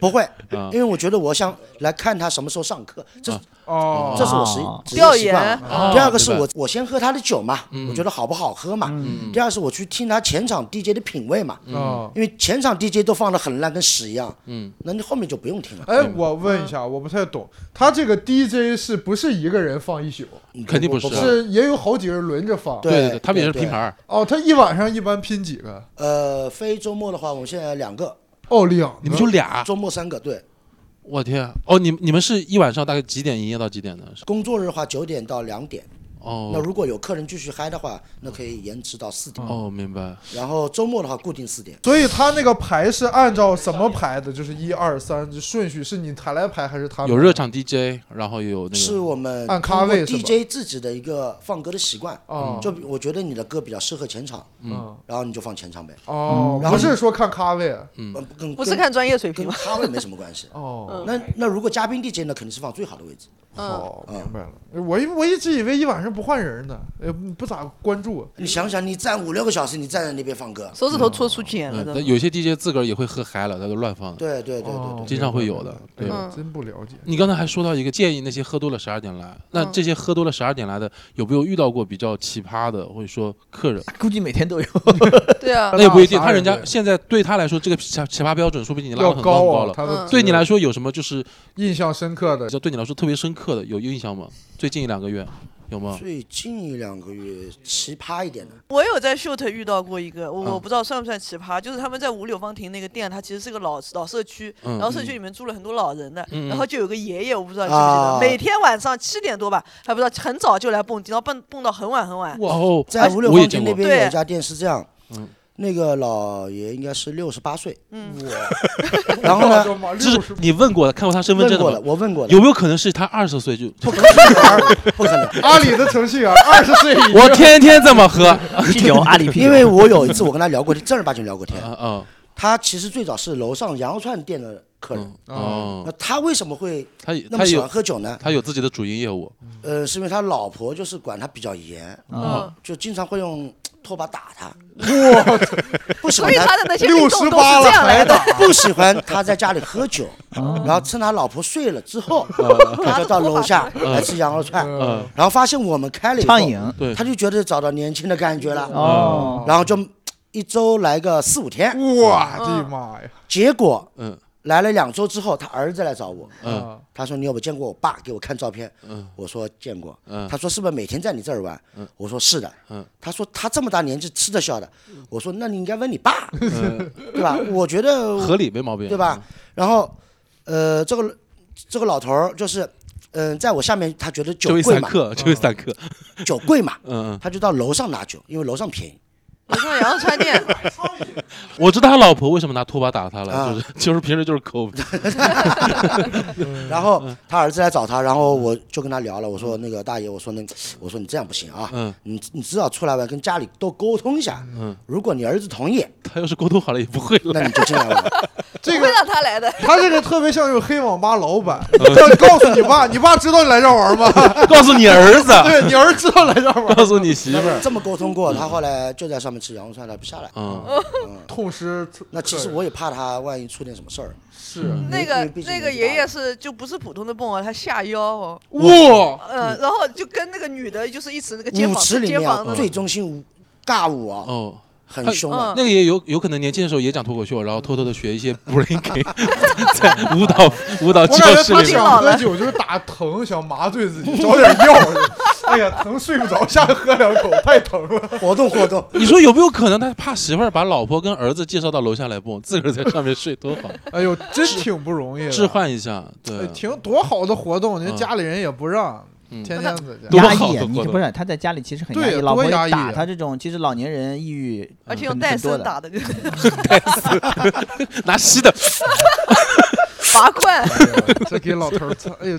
不会，
啊
因为我觉得我想来看他什么时候上课，这是
哦，
这是我实
哦
职业习惯
调研
了。
哦
第二个是
啊明白
我我先喝他的酒嘛
嗯，
我觉得好不好喝嘛。
嗯
第二是我去听他前场 DJ 的品味嘛，
哦。
因为前场 DJ 都放的很烂，跟屎一样，
嗯，
那你后面就不用听了。
哎，我问一下，我不太懂，他这个 DJ 是不是一个人放一宿？
肯定不是啊
是也有好几个人轮着放。
对
对对，他们也是
对
拼盘儿。
哦，他一晚上一般拼几个？
呃，非周末的话，我们现在两个，
哦，两个，
你们就俩，
周末三个，对。
我天啊！哦，你你们是一晚上大概几点营业到几点呢？
工作日的话，九点到两点。那
哦
如果有客人继续嗨的话，那可以延迟到四点。
哦，明白。
然后周末的话，固定四点。
所以他那个排是按照什么排的？就是一二三，这顺序是你才来排还是他们
有热场 DJ，然后有那
是
个
我们
按咖位
通
是吧
过 DJ 自己的一个放歌的习惯。
哦
就我觉得你的歌比较适合前场，
嗯
然后你就放前场呗，
哦，
然
不
后
是说看咖位。
嗯
呃跟
不是看专业水平
跟跟
吗？
咖位没什么 关系嗯
哦，
那那如果嘉宾 DJ 那肯定是放最好的位置。哦
嗯，
好明白了。我一我一直以为一晚上不换人呢，哎不咋关注。啊
你想想，你站五六个小时，你站在那边放歌，
手指头搓出茧了
嗯，
都
但。有些 DJ 自个儿也会喝嗨了，他就乱放的。
对对对对
哦
对，
经常会有的
明白了哎
对
真不了解。
你刚才还说到一个建议，那些喝多了十二点来，那这些喝多了十二点来的，有没有遇到过比较奇葩的，或者说客人？
估计每天都有。
对啊，
那也不一定，
啥
看
人
人家
对
现在对他来说，这个奇奇葩标准，说不定你拉得
要
很高很高
哦，
了。
他
嗯
的
对你来说有什么就是
印象深刻的
比较对你来说特别深刻的有印象吗？最近一两个月有吗？
最近一两个月奇葩一点的，
我有在 shoot 遇到过一个，我我
嗯
不知道算不算奇葩，就是他们在五柳芳亭那个店，它其实是个老老社区，
嗯
然后社区里面住了很多老人的，
嗯嗯
然后就有个爷爷，我不知道记不记得，
啊
每天晚上七点多吧，还不知道很早就来蹦迪，然后蹦蹦到很晚很晚。
哇哦，
在五柳
我也
芳
见
亭那
过，
边有一家店是这样
嗯，
那个老爷应该是六十八岁，
嗯，
然后呢，
呢
就是你问过看过他 身份
问
证
过
的
了，
吗？
我问过了，
有没有可能是他二十岁就？
不可能，不可能，
阿里的程序员，二十岁以
我天天这么 喝，啊
啤酒，阿里啤酒。
因为我 有一次我跟他聊过天，正儿八经聊过天，
啊
他其实最早是楼上羊肉串店的客人
嗯，哦
那，他为什么会
他也他
那么喜欢
有
喝酒呢？
他有自己的主营业务，
呃，是因为他老婆就是管他比较严，
嗯，
就经常会用拖把打他，
我
不喜
所
欢
以
他
他的那些运
六
动
十
都是
八
这
了
样来
还
的，
打，
不喜欢他在家里喝酒，
哦
然后趁他老婆睡了之后，他就到楼下来吃羊肉串，
嗯，
然后发现我们开了以
畅
后，
饮
对
他，就觉得找到年轻的感觉
嗯
了，
哦，
然后就一周来个四五天，
我的妈呀！
结果
嗯
来了两周之后，他儿子来找我，
嗯
啊
他说你有没有见过我爸？给我看照片，
嗯
我说见过，
嗯
他说是不是每天在你这儿玩？我说是的。
嗯
他说他这么大年纪吃得消的。我说那你应该问你爸，
嗯，
对吧？我觉得
合理没毛病，嗯
对吧？然后，呃，这个这个老头儿就是，嗯、在我下面他觉得
这
酒
位
贵
散
嘛，嗯
客，这位散客，
酒贵嘛，
嗯，嗯，
他就到楼上拿酒，因为楼上便宜。
我上羊肉串店，
我知道他老婆为什么拿拖把打他了，
啊
就是就是平时就是 抠，嗯
然后他儿子来找他，然后我就跟他聊了，我说那个大爷，我说那我说你这样不行啊，
嗯
你你至少出来玩，跟家里多沟通一下。
嗯
如果你儿子同意，
他要是沟通好了也不会了。
那你就进来了。
这
不会
个
让他来的。
他这个特别像那种黑网吧老板，
嗯
要告诉你爸，你爸知道你来这玩吗？
告诉你儿子，
对，你儿知道来这玩，
告诉你媳 妇 儿，
这么沟通过，他后来就在上面吃羊肉串，他不下来。
嗯，
痛失
那其实我也怕他万一出点什么事儿。
是
那
因
个
为毕竟
那
年
个
纪
爷
大
爷
了
是就不是普通的蹦啊，他下腰哦，
哇，
呃，然后就跟那个女的就是一直那个肩
舞
膀
池
是
里
肩
面
膀
啊
的，
最中心舞尬舞啊，
哦，
很凶啊的。
那个也有有可能年轻的时候也讲脱口秀，然后偷偷的学一些 breaking，在舞蹈舞蹈
我
教
感觉
室
他
里面
是。
想喝酒就是打疼，想麻醉自己，找点药。 哎呀，疼睡不着，下去喝两口，太疼了。
活动活动，
你说有没有可能他怕媳妇儿把老婆跟儿子介绍到楼下来蹦，自个儿在上面睡多好，
哎呦，真挺不容易的，
置换一下，
哎
对，
挺多好的活动，人
嗯
家里人也不让，
嗯
天天在家
多
压
好
抑
的
啊，你
活动
不是他在家里其实很压
对
抑，
多
老婆也
压抑啊
打他这种，其实老年人抑郁，
而且
嗯
用
很
戴
很多
森
的
打的， 就是
拿吸的，
拔罐。
哎呦这给老头儿操，哎呦。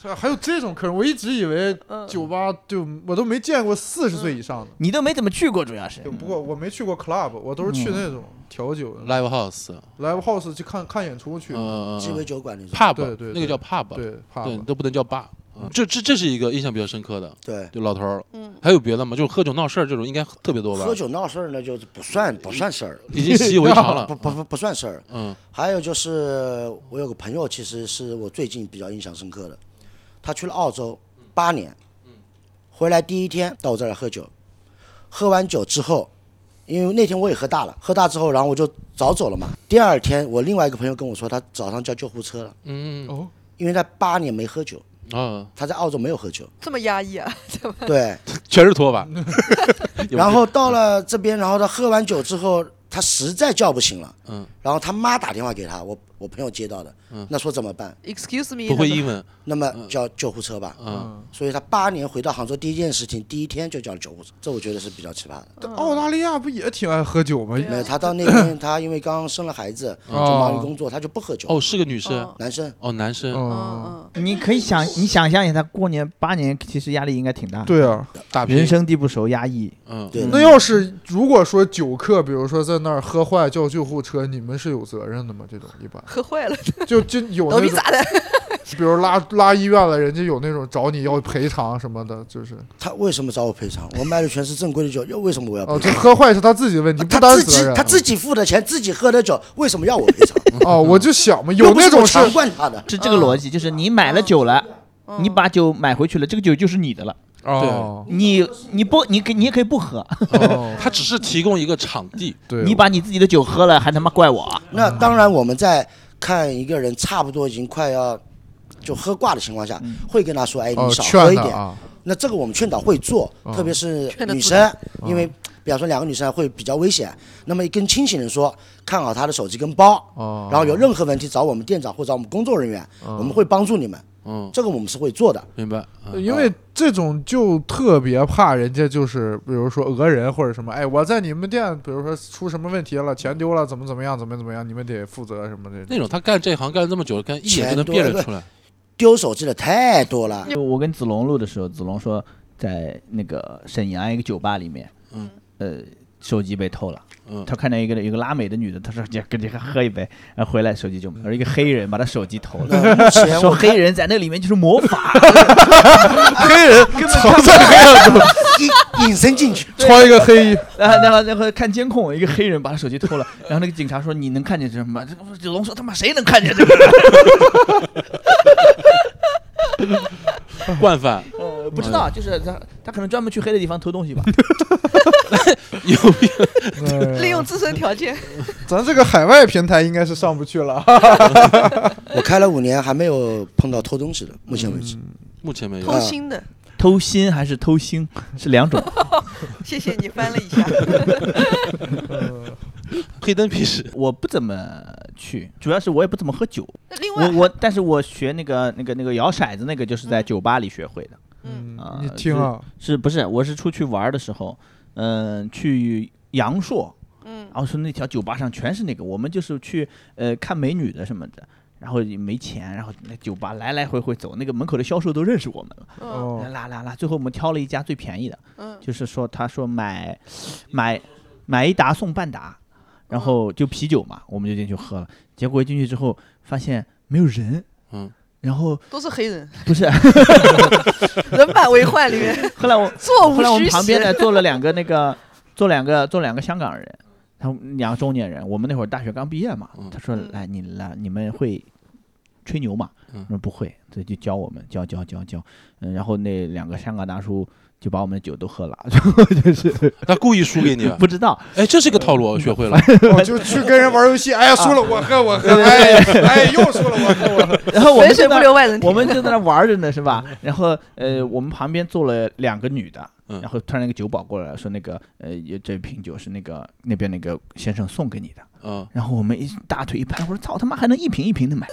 这还有这种客人，我一直以为
嗯
酒吧就我都没见过四十岁以上的。
你都没怎么去过，主要是
就不过我没去过 club，我都是去那种调酒的
live house，
live house 去看看演出去。
呃
鸡尾酒馆那种。
，pub，
对对
那个叫 pub，
对，怕
对，你都不能叫 bar，嗯这这这是一个印象比较深刻的，
对，
就老头儿。
嗯，
还有别的吗？就是喝酒闹事儿这种，应该特别多吧？
喝酒闹事儿呢，就是不算不算事儿，
已经习以为常了
不。不不不算事儿。
嗯
还有就是我有个朋友，其实是我最近比较印象深刻的，他去了澳洲八年，回来第一天到我这儿来喝酒，喝完酒之后，因为那天我也喝大了，喝大之后，然后我就早走了嘛。第二天我另外一个朋友跟我说，他早上叫救护车了，
嗯
哦，
因为他八年没喝酒，
啊，
他在澳洲没有喝 酒，
这么压抑啊？
对。
全是拖把。
嗯
然后到了这边，然后他喝完酒之后，他实在叫不醒了，
嗯，
然后他妈打电话给他，我我朋友接到的，
嗯
那说怎么办？
Excuse me，
不会
他
英
说
文，
那么叫救护车吧。
嗯，
所以他八年回到杭州第一件事情，第一天就叫了救护车，这我觉得是比较奇葩的。
但澳大利亚不也挺爱喝酒吗？
对啊
没有，他到那边他因为刚生了孩子，
嗯
就忙于工作，他就不喝酒。
哦，是个女生
哦，
男生
哦，男生
嗯，
嗯
你可以想，你想象一下，他过年八年，其实压力应该挺大。，
对啊。
打拼
人，生地不熟，压抑。
嗯，
对
哦那要是如果说酒客，比如说在那儿喝坏叫救护车，你们是有责任的吗？这种一般
喝坏了，
就就有
逗
那
逼
种，
咋的？
比如拉拉医院了，人家有那种找你要赔偿什么的，就是
他为什么找我赔偿？我卖的全是正规的酒，又为什么我要
哦，
赔
这
偿？
喝坏是他自己的问题，不
他
担
自己
责任。啊
他自己付的钱，自己喝的酒，为什么要我赔偿？
哦，我就想嘛， 有
又不
那
是
种
我
是
强灌他的。
是这个逻辑，就是你买了酒了，
嗯
你把酒买回去了，这个酒就是你的了。
哦，
你你不你可你也可以不喝，
哦
他只是提供一个场地，
对，
你把你自己的酒喝了，还他妈怪我啊？
那当然，我们在看一个人差不多已经快要就喝挂的情况下，会跟他说：“哎，
哦
你少喝
劝
一
他
点。
啊，
那这个我们劝导会做，
哦
特别是
劝得
女
住
生，因为比方说两个女生会比较危险。那么跟清醒人说，看好她的手机跟包，
哦，
然后有任何问题找我们店长或找我们工作人员，我们会帮助你们。
哦
嗯，
这个我们是会做的。
明白。嗯
呃因为这种就特别怕人家就是，比如说讹人或者什么，哎，我在你们店，比如说出什么问题了，钱丢了，怎么怎么样，怎么怎么样，你们得负责什么这种。
那种他干这行干了这么久，干一眼就能辨认出来。
丢手机的太多了，
我跟子龙录的时候，子龙说在那个沈阳一个酒吧里面，
嗯，
呃，手机被偷了。
嗯
他看见一个一个拉美的女的，他说姐跟这个喝一杯，然后回来手机就没了，而一个黑人把他手机偷了。
那目前
说
我
黑人在那里面就是魔法，
黑人
根本
藏
看不
在黑暗中，
隐隐身进去，
穿一个黑衣，
然后然后然后看监控，一个黑人把他手机偷了，然后那个警察说你能看见这什么？这个子龙说他妈谁能看见这个人？
惯犯
呃， 不知道，就是他他可能专门去黑的地方偷东西吧。
有 病，
啊
利用自身条件，
嗯 咱这个海外平台应该是上不去了。
我开了五年还没有碰到偷东西的，目前
嗯
为止。
目前没有。
偷心的。
偷心还是偷腥是两种。
谢谢你翻了一下，
嗯呃
黑灯屁事，
我不怎么去，主要是我也不怎么喝酒。
那另外
我我，但是我学那个那个那个摇骰子那个，就是在酒吧里学会的。
嗯
啊
你听啊，
是不是？我是出去玩儿的时候，嗯、去阳朔，
嗯
然后说那条酒吧上全是那个，我们就是去呃看美女的什么的。然后也没钱，然后那酒吧来来回回走，那个门口的销售都认识我们了，
嗯
哦，
拉拉拉。最后我们挑了一家最便宜的，
嗯，
就是说他说买买买一打送半打，然后就啤酒嘛，我们就进去喝了。结果一进去之后发现没有人，
嗯，
然后
都是黑人，
不是，
人满为患里面
后来我
座
后来
无
我
虚
们旁边
席。
呢坐了两个那个，坐两个坐两个香港人，他们两个中年人。我们那会儿大学刚毕业嘛
嗯，
他说
嗯
来你来你们会吹牛嘛？
嗯
我说不会，所以就教我们教教教教。嗯，然后那两个香港大叔就把我们的酒都喝了， 然后就是
他故意输给你啊，
不知道。
哎，这是个套路，我学会了。
嗯
我哦就去跟人玩游戏，哎呀输了我喝我喝，哎呀哎又输了我喝我喝，
然后我们
肥
就
水
在
不流外人田。
我们就在那玩着呢，是吧？然后呃，我们旁边坐了两个女的，
嗯
然后突然那个酒保过来说，那个呃，有这瓶酒是那个那边那个先生送给你的。
嗯，
然后我们一大腿一拍，我说操他妈还能一瓶一瓶的买，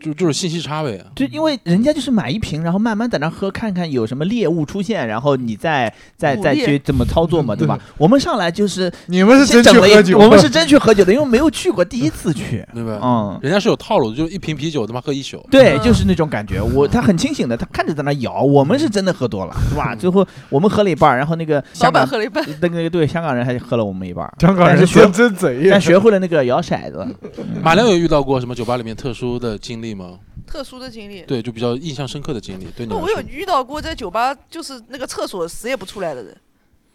就就是信息差呗。
就因为人家就是买一瓶，然后慢慢在那喝，看看有什么猎物出现，然后你再再
捕
再
猎
去怎么操 作嘛，对吧？我们上来就是
你嗯们是
先
真
整
去
了
喝
一，
酒，
我们是真去喝酒的，因为没有去过，第一次 去，
明白？
嗯。
人家是有套路的，就是一瓶啤酒他妈喝一宿。
对，
嗯
就是那种感觉。我他很清醒的，他看着在那摇。我们是真的喝多了，是吧？最后我们喝了一半儿，然后那个
老
香
板
港
喝了一半，
那个对香港人还喝了我们一半儿。
香港
但是
人
学
真真贼呀
但！学会了那个摇骰子，
马亮有遇到过什么酒吧里面特殊的经历吗？
特殊的经历。
对，就比较印象深刻的经历。对你
那
来
哦我有
说，
遇到过在酒吧，就是那个厕所死也不出来的人。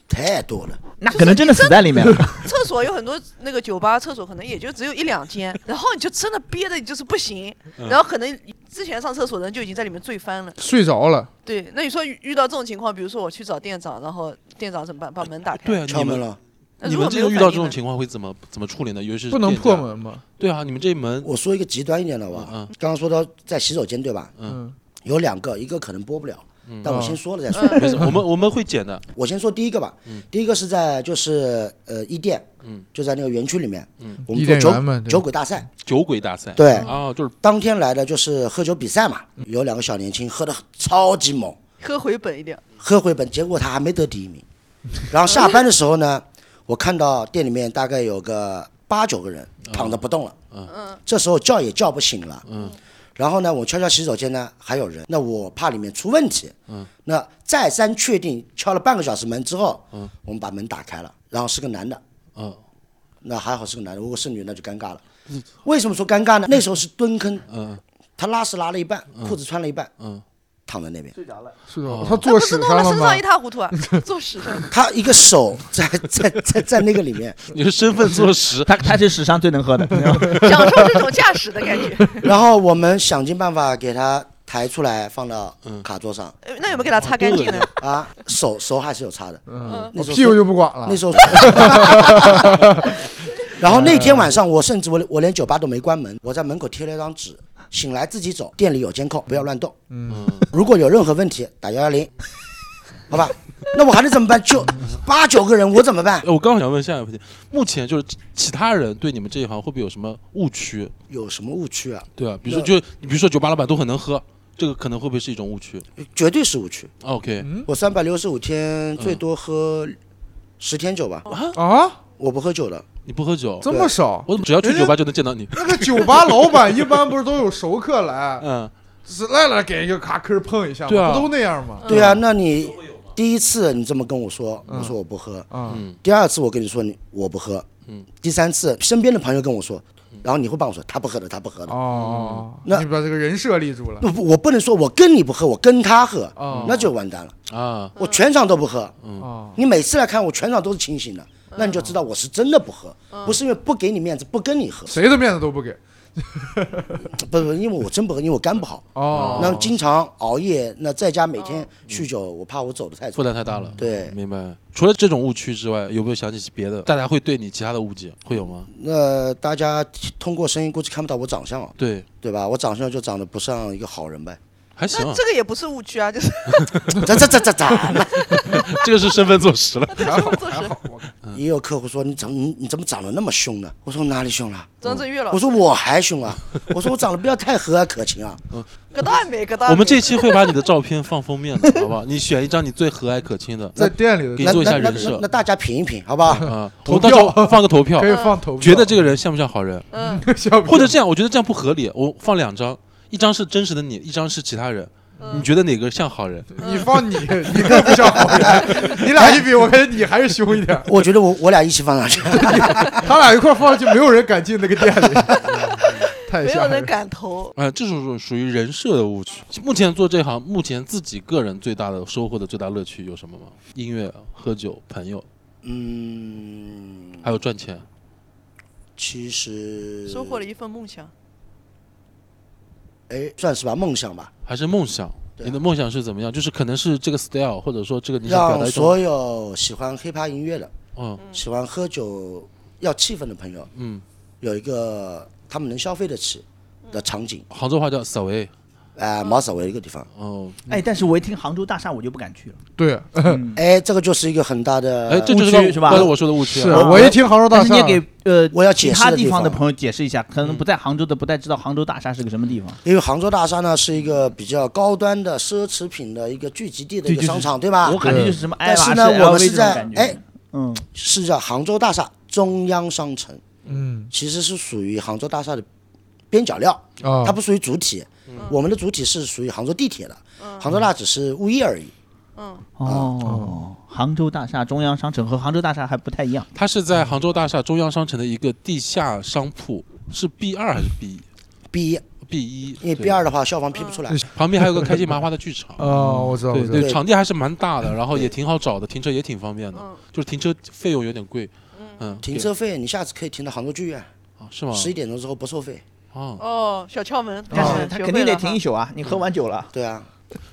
太多了。
那可能真的死在里面 了。。
厕所有很多，那个酒吧厕所可能也就只有一两间，然后你就真的憋的你就是不行，
嗯
然后可能之前上厕所的人就已经在里面醉翻了。
睡着了，
对，那你说遇遇到这种情况，比如说我去找店长，然后店长怎么办？把门打开。
对啊，
敲
你
门
们
了，
那
你
如果
们
没
这
有
种遇
反应
到
呢
这种情况会怎么怎么处理呢？尤其是
不能
店
破
家。
门嘛。
对啊，你们这门，
我说一个极端一点的吧，
嗯
刚刚说到在洗手间对吧？
嗯，
有两个，一个可能播不了，但我先说了再说。
嗯，没事，我们我们会剪的。
我先说第一个吧，第一个是在就是呃一店，
嗯
就在那个园区里面，我
伊
们
甸
做
园嘛
酒
对
酒鬼大赛，
酒鬼大赛。
对
啊，就是
当天来的就是喝酒比赛嘛，有两个小年轻喝的超级猛，
喝回本一点，
喝回本，结果他还没得第一名。然后下班的时候呢，我看到店里面大概有个八九个人躺着不动了，
嗯，
这时候叫也叫不醒了，
嗯，
然后呢，我敲敲洗手间呢还有人，那我怕里面出问题，嗯，那再三确定敲了半个小时门之后，嗯，我们把门打开了，然后是个男的，
嗯，
那还好是个男的，如果是女的那就尴尬了。为什么说尴尬呢？那时候是蹲坑，
嗯，
他拉屎拉了一半，裤子穿了一半，
嗯，
躺在那边，
睡着
哦
了，他
那
坐
啊不是
屎
弄得
了
身上一
吗？
塌糊涂啊，坐屎上。
他一个手在 在在在那个里面，
你是身份坐实
他他是史上最能喝的，你知道吗
享受这种驾驶的感觉。
然后我们想尽办法给他抬出来放到卡桌上、
呃那有没有给他擦干净呢？
啊，手手还是有擦的，
嗯，
那时候
屁股就不管了
那。时候。 然后那天晚上，我甚至我我连酒吧都没关门，我在门口贴了一张纸，醒来自己走，店里有监控，不要乱动。
嗯，
如果有任何问题，打幺幺零， 好吧？那我还能怎么办？就八九个人，我怎么办
哎？我刚好想问下一个问题，目前就是其他人对你们这一行会不会有什么误区？
有什么误区啊？
对啊，比如说就你比如说酒吧老板都很能喝，这个可能会不会是一种误区
绝对是误区。
？OK，
嗯
我三百六十五天最多喝十天酒吧，
啊，
我不喝酒的。
你不喝酒，
这么少？
我只要去酒
嗯
吧就能见到你。
那个酒吧老板一般不是都有熟客来，
嗯，
是来了给一个咔吭碰一下吗，
对啊
不都那样吗？
对啊，那你第一次你这么跟我说，我说我不喝。
啊，
嗯
第二次我跟你说你我不喝，
嗯
第三次身边的朋友跟我说，然后你会帮我说他不喝的，他不
嗯
喝的。
嗯哦，
那
你把这个人设立住了。
不不，我不能说我跟你不喝，我跟他喝，
哦
那就完蛋了。
啊，
我全场都不喝，
嗯
哦，
你每次来看我全场都是清醒的，
嗯
那你就知道我是真的不喝，不是因为不给你面子不跟你喝，
谁的面子都不给。
不不，因为我真不喝，因为我肝不好。
哦，
那经常熬夜，那在家每
哦
天酗酒，我怕我走的太
负
早。
担太大了。
对
明白。除了这种误区之外，有没有想起别的？大家会对你其他的误解会有吗？
那大家通过声音估计看不到我长相啊，
对，
对吧？我长相就长得不像一个好 人呗。
还行啊
那，这个也不是误区啊，就是
这这这这 咋了？
这个是身份坐实了。
还好还好，我
也有客户说你怎么你你怎么长得那么凶呢？我说哪里凶 了？
张震岳老
我
师，
说我还凶啊！ 我说我长得不要太和蔼可 亲啊！
葛大美，葛大美。
我们这期会把你的照片放封面 的，好不好？你选一张你最和蔼可亲的。
在店里
给
的
那
做一下
那那
人设
那那大家品一品，好 不好？
啊，
投
我们到时候
票
放个投票
可，以放头，
觉 得这个人像不像好人？
嗯，
个
或者这样，我觉得这样不合理，我放两张，一张是真实的你，一张是其他人。
嗯
你觉得哪个像好人？
你放你，你更不像好 人。你俩一比，我感觉你还是凶一点。
我觉得我我俩一起放上去，
他俩一块放上去，没有人敢进那个店 里，太
没
吓
有
人了。
人敢投。
啊、这种属于人设的误区。目前做这行，目前自己个人最大的收获的最大乐趣有什么吗？音乐、喝酒、朋友，
嗯，
还有赚钱。
其实
收获了一份梦想，
哎，算是吧，梦想吧，
还是梦想。
对啊
你的梦想是怎么样？就是可能是这个 style，或者说这个你想表
让
达一种，
所有喜欢 hiphop 音乐的、
嗯
喜欢喝酒要气氛的朋友
嗯，
有一个他们能消费得起的场景，
杭州话叫扫维，
哎、茅草为一个地方。
哦，
哎，但是我一听杭州大厦，我就不敢去了。
对，
哎，这个就是一个很大的，
哎，这就是
误区是吧
刚才我说的误区、
是
啊。
我一听杭州大
但是
厦
你也，给呃
我要
其
解释
他
的地
地方的
方
朋友解释一下，可能不在杭州的不太知道杭州大厦是个什么地方。
因为杭州大厦呢是一个比较高端的奢侈品的一个聚集地的
对
一个
就是
商场，对吧
我？感觉就是什么哎爱
但是
马仕、
呢我们
LV
是
这种
在
感觉。
哎，
嗯，
是叫杭州大厦中央商城，
嗯
其实是属于杭州大厦的边角料，
啊
它，不属于主体。我们的主体是属于杭州地铁的，杭州大只是物业而已。
哦，杭州大厦中央商城和杭州大厦还不太一样。
它是在杭州大厦中央商城的一个地下商铺，是 B 二还是 B 一
B 一，
？B 一，
因为 B 二的话消防批不出来。
旁边还有个开心麻花的剧场。
啊，我知道，我
对
知道
对，
对
场地还是蛮大的，然后也挺好找的，停车也挺方便的，就是停车费用有点贵。嗯，
停车费你下次可以停到杭州剧院，
给啊是吗？
十一点钟之后不收费。
啊，
哦，小窍门，
但是
哦
嗯
他
学
肯
会
定得
了
停
哈
一宿啊！你喝完酒了，
对啊，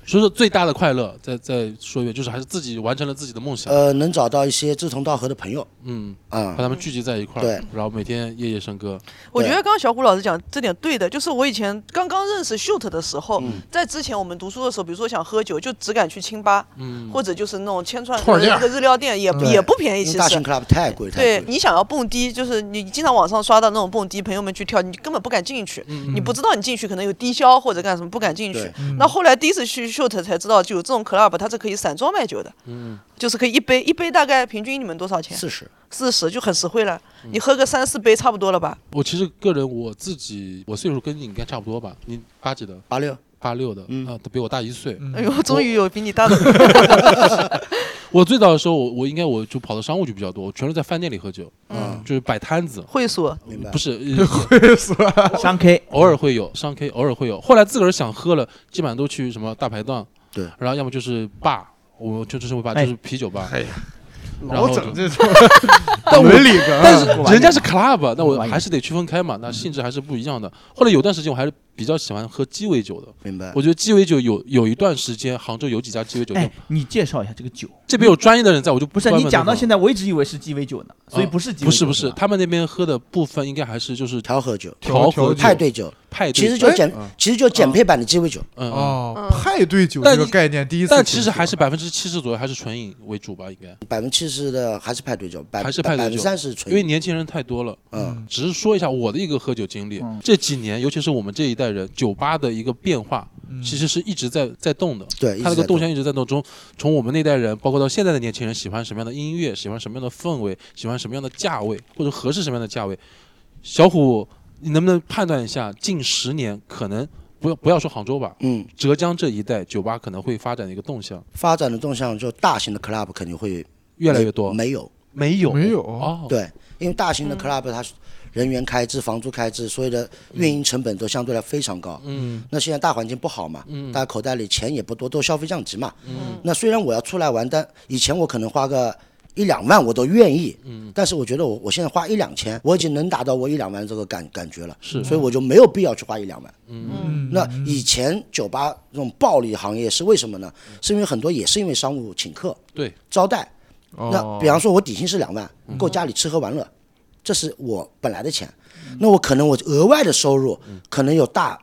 所以说最大的快乐，再再说一遍，就是还是自己完成了自己的梦想。
呃，能找到一些志同道合的朋友
嗯，
啊
把。他们聚集在一块儿
对，
然后每天夜夜笙歌。
我觉
对
得刚刚小虎老师讲这点对的，就是我以前刚刚认识 shoot 的时候，在之前我们读书的时候，比如说想喝酒，就只敢去清吧，或者就是那种千串
串儿店
那个日料店，也
对
也不便宜，
因为
其
大型
实。
club 太贵，太贵
对
了。
你想要蹦迪，就是你经常网上刷到那种蹦迪，朋友们去跳，你根本不敢进去，你不知道你进去可能有低消或者干什么，不敢进去
对。
嗯
嗯
那后来第一次去 shoot 才知道，就有这种 club，它是可以散装卖酒的，就是可以一杯一杯大概平均你们多少钱？
四十，
四十就很实惠了，你喝个三四杯差不多了吧？
我其实个人我自己，我岁数跟你应该差不多吧？你八几的？
八六，
八六的啊，都比我大一岁。
哎呦，终于有比你大的。
我最早的时候，我我应该我就跑到商务局比较多，我全是在饭店里喝酒，啊
嗯，
就是摆摊子，
会所，
明白
不。是呃哦
商 K
偶尔会有商 K，偶尔会有。后来自个儿想喝了，基本上都去什么大排档，
对，
然后要么就是坝，我就就是会吧，就
哎
是啤酒吧。
哎呀
然后
老
就
整这种
但我
伦理梗，
但是
不玩
人家
了
是 club，那
不
我
玩
还是得区分开嘛，那性质还是不一样的。后来有段时间我还是比较喜欢喝鸡尾酒的，
明白
我。觉得鸡尾酒有有一段时间杭州有几家鸡尾酒
哎
店，，
你介绍一下这个酒。
这边有专业的人在，我就
不是
专
你
门
讲
地
到
方
现在，我一直以为是鸡尾酒呢，所以
啊
不是鸡尾
不是
酒
不是，
吧
他们那边喝的部分应该还是就是
调和酒、
调
调
和
酒
派对酒，
派对，
其实就
哎
减，其实就减配版的鸡尾酒。
嗯。嗯
哦
嗯，
派对酒
但
这个
你
概念第一次听说，
但其实 还是百分之七十左右还是纯饮为主吧，应该，
百分之七十的还是派对酒，百
还是派对
百
酒
分之三十纯
因为
饮。
年轻人太多了。
嗯，
只是说一下我的一个喝酒经历，这几年，尤其是我们这一代人，酒吧的一个变化，其实是一直在在动的。
嗯对，一
它那
直
个
在
动向一直在动中，从我们那代人，包括到现在的年轻人，喜欢什么样的音乐，喜欢什么样的氛围，喜欢什么样的价位，或者合适什么样的价位。小虎，你能不能判断一下近十年可能不要不要说杭州吧，
嗯，
浙江这一带酒吧可能会发展的一个动向
发展的动向就大型的 club 肯定会
越来越多？
没有
没有
没有
哦，嗯
对，因为大型的 club 它人员开支、房租开支，所有的运营成本都相对来非常高。
嗯
那现在大环境不好嘛，大家口袋里钱也不多，都消费降级嘛。
嗯
那虽然我要出来玩，但以前我可能花个一两万我都愿意，
嗯
但是我觉得我我现在花一两千，我已经能达到我一两万这个感感觉了，
是
所以我就没有必要去花一两万。
嗯
那以前酒吧这种暴利行业是为什么呢？是因为很多也是因为商务请客
对，
招待，那
哦
比方说，我底薪是两万，
嗯
够家里吃喝玩乐，这是我本来的钱。那我可能我额外的收入
嗯
可能有大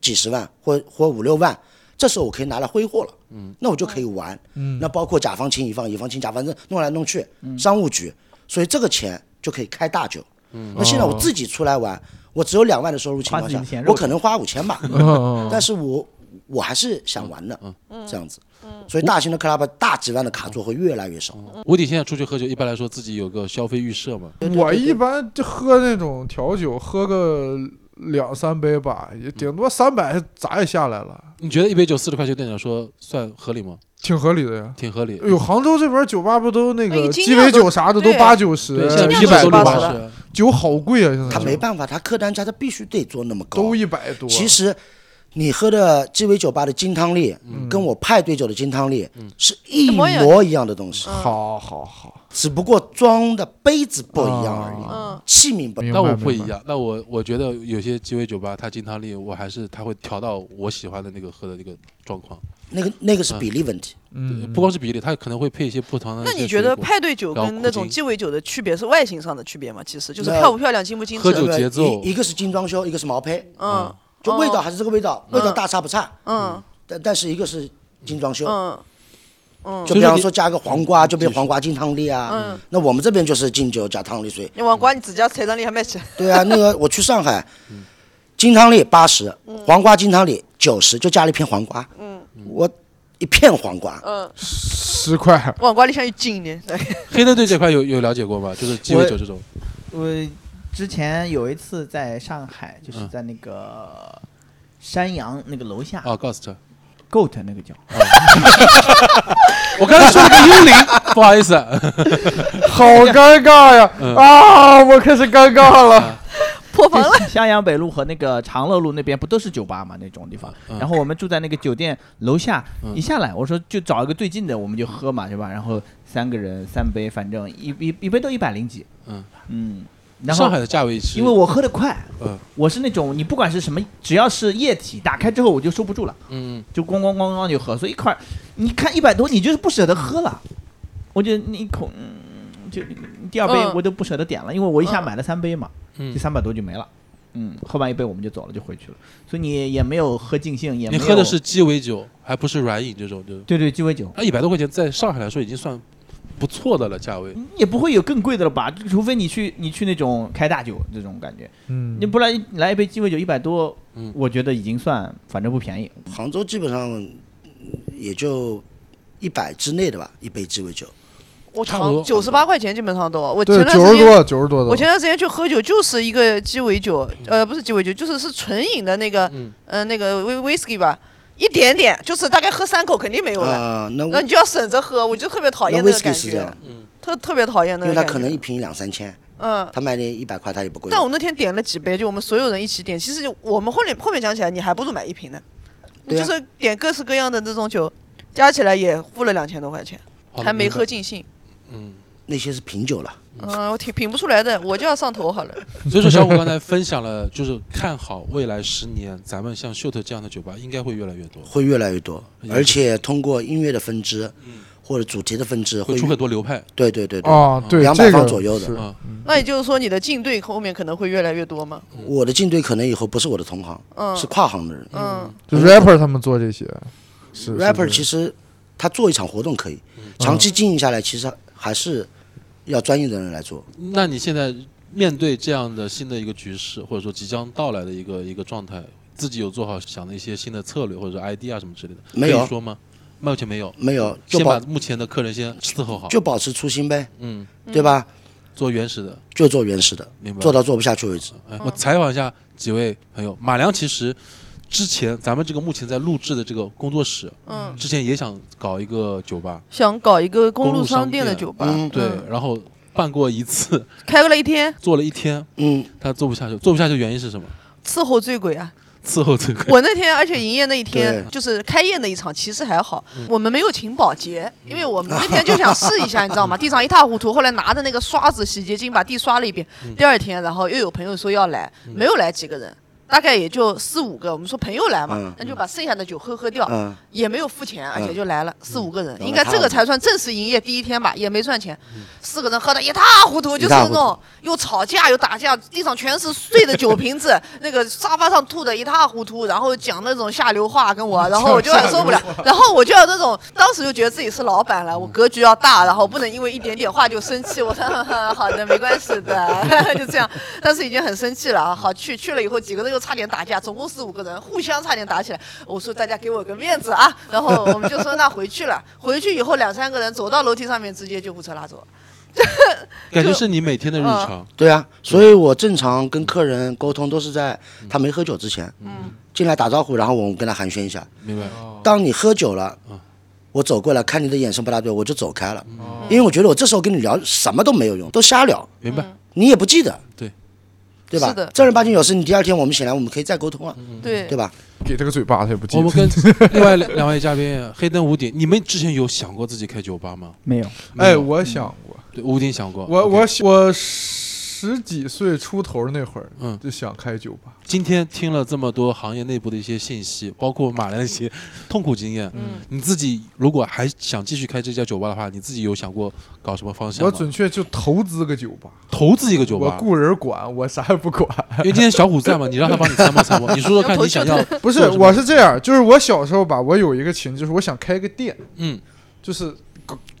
几十万或或五六万，这时候我可以拿来挥霍了。
嗯
那我就可以玩。那包括甲方请乙方，乙方请甲方，这弄来弄去，
嗯
商务局，所以这个钱就可以开大酒。那现在我自己出来玩，我只有两万的收入情
嗯哦花
况
自己
下
的钱，肉
我可能花五千 吧，
嗯
但是我我还是想玩的，
嗯
这样子。所以大型的 club 大几万的卡座会越来越少。
我得现在出去喝酒，一般来说自己有个消费预设嘛，
我一般就喝那种调酒，喝个两三杯吧，也顶多三百咋也下来了，
你觉得一杯酒四十块钱，店长说算合理吗？
挺合理的呀。
挺合理
哎。呦，杭州这边酒吧不都那
哎
个
精
鸡
酿
尾
都
酒啥的都
对啊
八九十啊
对，现在、
精
啤
一
酿
百
酒
都
多
都
八
八
十
吧，
十，
酒好贵啊！现在
他
酒
没办法，他客单价他必须得做那么高。
都一百多。
其实，你喝的鸡尾酒吧的金汤力，跟我派对酒的金汤力是一模一样的东西，
好好好，
只不过装的杯子不一样而已，
嗯，
器皿不一
明
样。
那
白
我不
明
一
白
样，那我我觉得有些鸡尾酒吧，它金汤力，我还是它会调到我喜欢的那个喝的那个状况。
那个那个是比例问题，
对
嗯，
不光是比例，它可能会配一些不同的一些水
那
果。
你觉得派对酒
然后
跟
苦
那种
精
鸡尾酒的区别是外形上的区别吗？其实就是
那
漂不漂亮、精不精
喝酒
对
致。
不对
节奏
一一个是精装修，一个是毛坯，
嗯
就味道还是这个味道，味道大差不差，
嗯
但但是一个是精装修，
嗯
就比方说加个黄瓜，
嗯
就变黄瓜金汤力啊。
嗯
那我们这边就是金酒加汤力水。
你往瓜你自家菜场里还卖 去？
对啊，那个我去上海，金汤力八十，
嗯
黄瓜金汤力九十，就加了一片黄瓜。嗯，我一片黄瓜，
嗯，
十 块，
往瓜里像有劲一哎点。
黑灯对这块有有了解过吗？就是鸡尾酒这种，
我之前有一次在上海，就是
嗯
在那个山羊那个楼下、
哦，Ghost。
Goat 那个叫，
我刚才说了个幽灵， 不好意思啊，
好尴尬呀！啊，我开始尴尬了。
破防了。
就襄阳北路和那个长乐路那边不都是酒吧嘛那种地方。
嗯
然后我们住在那个酒店楼下，
嗯
一下来我说就找一个最近的，我们就喝嘛，是吧？然后三个人三杯，反正一一一杯都一百零几。
嗯
嗯，然后
上海的价位是，
因为我喝的快，
嗯
我是那种你不管是什么，只要是液体打开之后我就收不住了。
嗯，
就咣咣咣咣就喝，所以一块儿你看一百多，你就是不舍得喝了。我觉得那一口，嗯，就第二杯
嗯
我都不舍得点了，因为我一下
嗯
买了三杯嘛，
嗯
这三百多就没了。嗯，喝完一杯我们就走了，就回去了。所以你也没有喝尽兴，也没
你
有
喝的是鸡尾酒，还不是软饮这种，就是
对对鸡尾酒，
啊，一百多块钱在上海来说已经算不错的了，价位。
嗯
也不会有更贵的了吧？除非你去你去那种开大酒这种感觉，
嗯
你不然来一杯鸡尾酒一百多
嗯，
我觉得已经算反正不便宜。
杭州基本上嗯也就一百之内的吧，一杯鸡尾酒。
我
差不
尝
多
九十八块钱基本上都，我前
对，
段
九
时
十
间。
多，九十多的。
我前段时间去喝酒，就是一个鸡尾酒，
嗯
呃，不是鸡尾酒，就是是纯饮的那个，
嗯
呃，那个威威士忌吧，一点点，就是大概喝三口肯定没有了，
啊，那
哎那你就要省着喝，我就特别讨
那
厌
威
那个感
士忌是这
觉
样，，
特特别讨厌那
因为
个感
它
觉。
可能一瓶两三千，
嗯，
他卖你一百块他也不贵。
但我那天点了几杯，就我们所有人一起点，其实我们后面后面讲起来，你还不如买一瓶呢，你
对
就
啊
是点各式各样的这种酒，加起来也付了两千多块钱，
哦
好的
还没
明白
喝尽兴。
嗯，
那些是品酒了，
嗯，我挺品不出来的，我就要上头 好了。
所以说小虎刚才分享了，就是看好未来十年，咱们像秀特这样的酒吧应该会越来越多，
会越来越多，
嗯
而且通过音乐的分支或者主题的分支
会
会
出很哦多流派。
对对对对，
啊，对，
200
这个
方左右的
是
啊，
那也就是说，你的进队后面可能会越来越多吗？
我的竞队可能以后不是我的同行，
嗯
是跨行的人。
嗯，
就 rapper 他们做这些，是
rapper
是
其实他做一场活动可以，
嗯
长期经营下来，其实还是要专业的人来做。
那你现在面对这样的新的一个局势，或者说即将到来的一个一个状态，自己有做好想的一些新的策略或者 idea 什么之类的，
没有
可以说吗？目前没有，
没有
嗯
就
先把
保
目前的客人先伺候好，
就保持初心呗，
嗯，
对吧？
做原始的，
就做原始的
明，白
做到做不下去为止。
哎，我采访一下几位朋友，马良其实之前咱们这个目前在录制的这个工作室，
嗯，
之前也想搞一个酒吧，
想搞一个
公
公
路
路
商
商
店
店的酒吧，
嗯
对，
嗯
然后办过一次，
开了一天，
做了一天，
嗯，
他做不下去，做不下去原因是什么？
伺候醉鬼啊！
伺候这个，
我那天，而且营业那一天，
对嗯
就是开业那一场，其实还好，我们没有请保洁，因为我们那天就想试一下，你知 道吗？地上一塌糊涂，后来拿着那个刷子、洗洁精把地刷了一遍。
嗯
第二天，然后又有朋友说要来，没有来几个人。大概也就四五个，我们说朋友来嘛
嗯，
那就把剩下的酒喝喝掉，
嗯
也没有付钱，而且就来了四五个人，
嗯
应该这个才算正式营业第一天吧，也没赚钱，四个人喝的一塌糊涂，就是那
一塌糊
种又吵架又打架，地上全是碎的酒瓶子，那个沙发上吐的一塌糊涂，然后讲那种下流话跟我，然后我就很受不了，然后我就要那种，当时就觉得自己是老板了，我格局要大，然后不能因为一点点话就生气，我说 好的没关系的， 就这样，但是已经很生气了啊，好去去了以后几个人又差点打架，总共四五个人互相差点打起来，我说大家给我个面子啊，然后我们就说那回去了，回去以后两三个人走到楼梯上面直接就呼车拉走。
感觉是你每天的日常。
对啊，所以我正常跟客人沟通都是在他没喝酒之前，
嗯
进来打招呼，然后我们跟他寒暄一下。
明白？
哦
当你喝酒了
嗯，
我走过来看你的眼神不大对，我就走开了，因为我觉得我这时候跟你聊什么都没有用，都瞎聊，
明
嗯
白？
你也不记得，
对
对吧
是的？嗯
正儿八经有事，你第二天我们醒来，我们可以再沟通啊，
对
对吧？
给他个嘴巴，他也不记
我
得。
们跟另外两位嘉宾黑灯五顶，你们之前有想过自己开酒吧吗？
没有，
没
哎，
有
我想过，
对五顶想过。
我
OK
我我十几岁出头那会儿，
嗯
就想开酒吧。
今天听了这么多行业内部的一些信息，包括马来的一些痛苦经验，
嗯，
你自己如果还想继续开这家酒吧的话，你自己有想过搞什么方向
我
吗？
准确就投资个酒吧，
投资一个酒
我
吧，
雇人管，我啥也不管。
因为今天小虎在嘛，你让他帮你参谋参谋， 你说说看你想要，
不是
做什，么
我是这样，就是我小时候吧，我有一个情，就是我想开个店，
嗯，
就是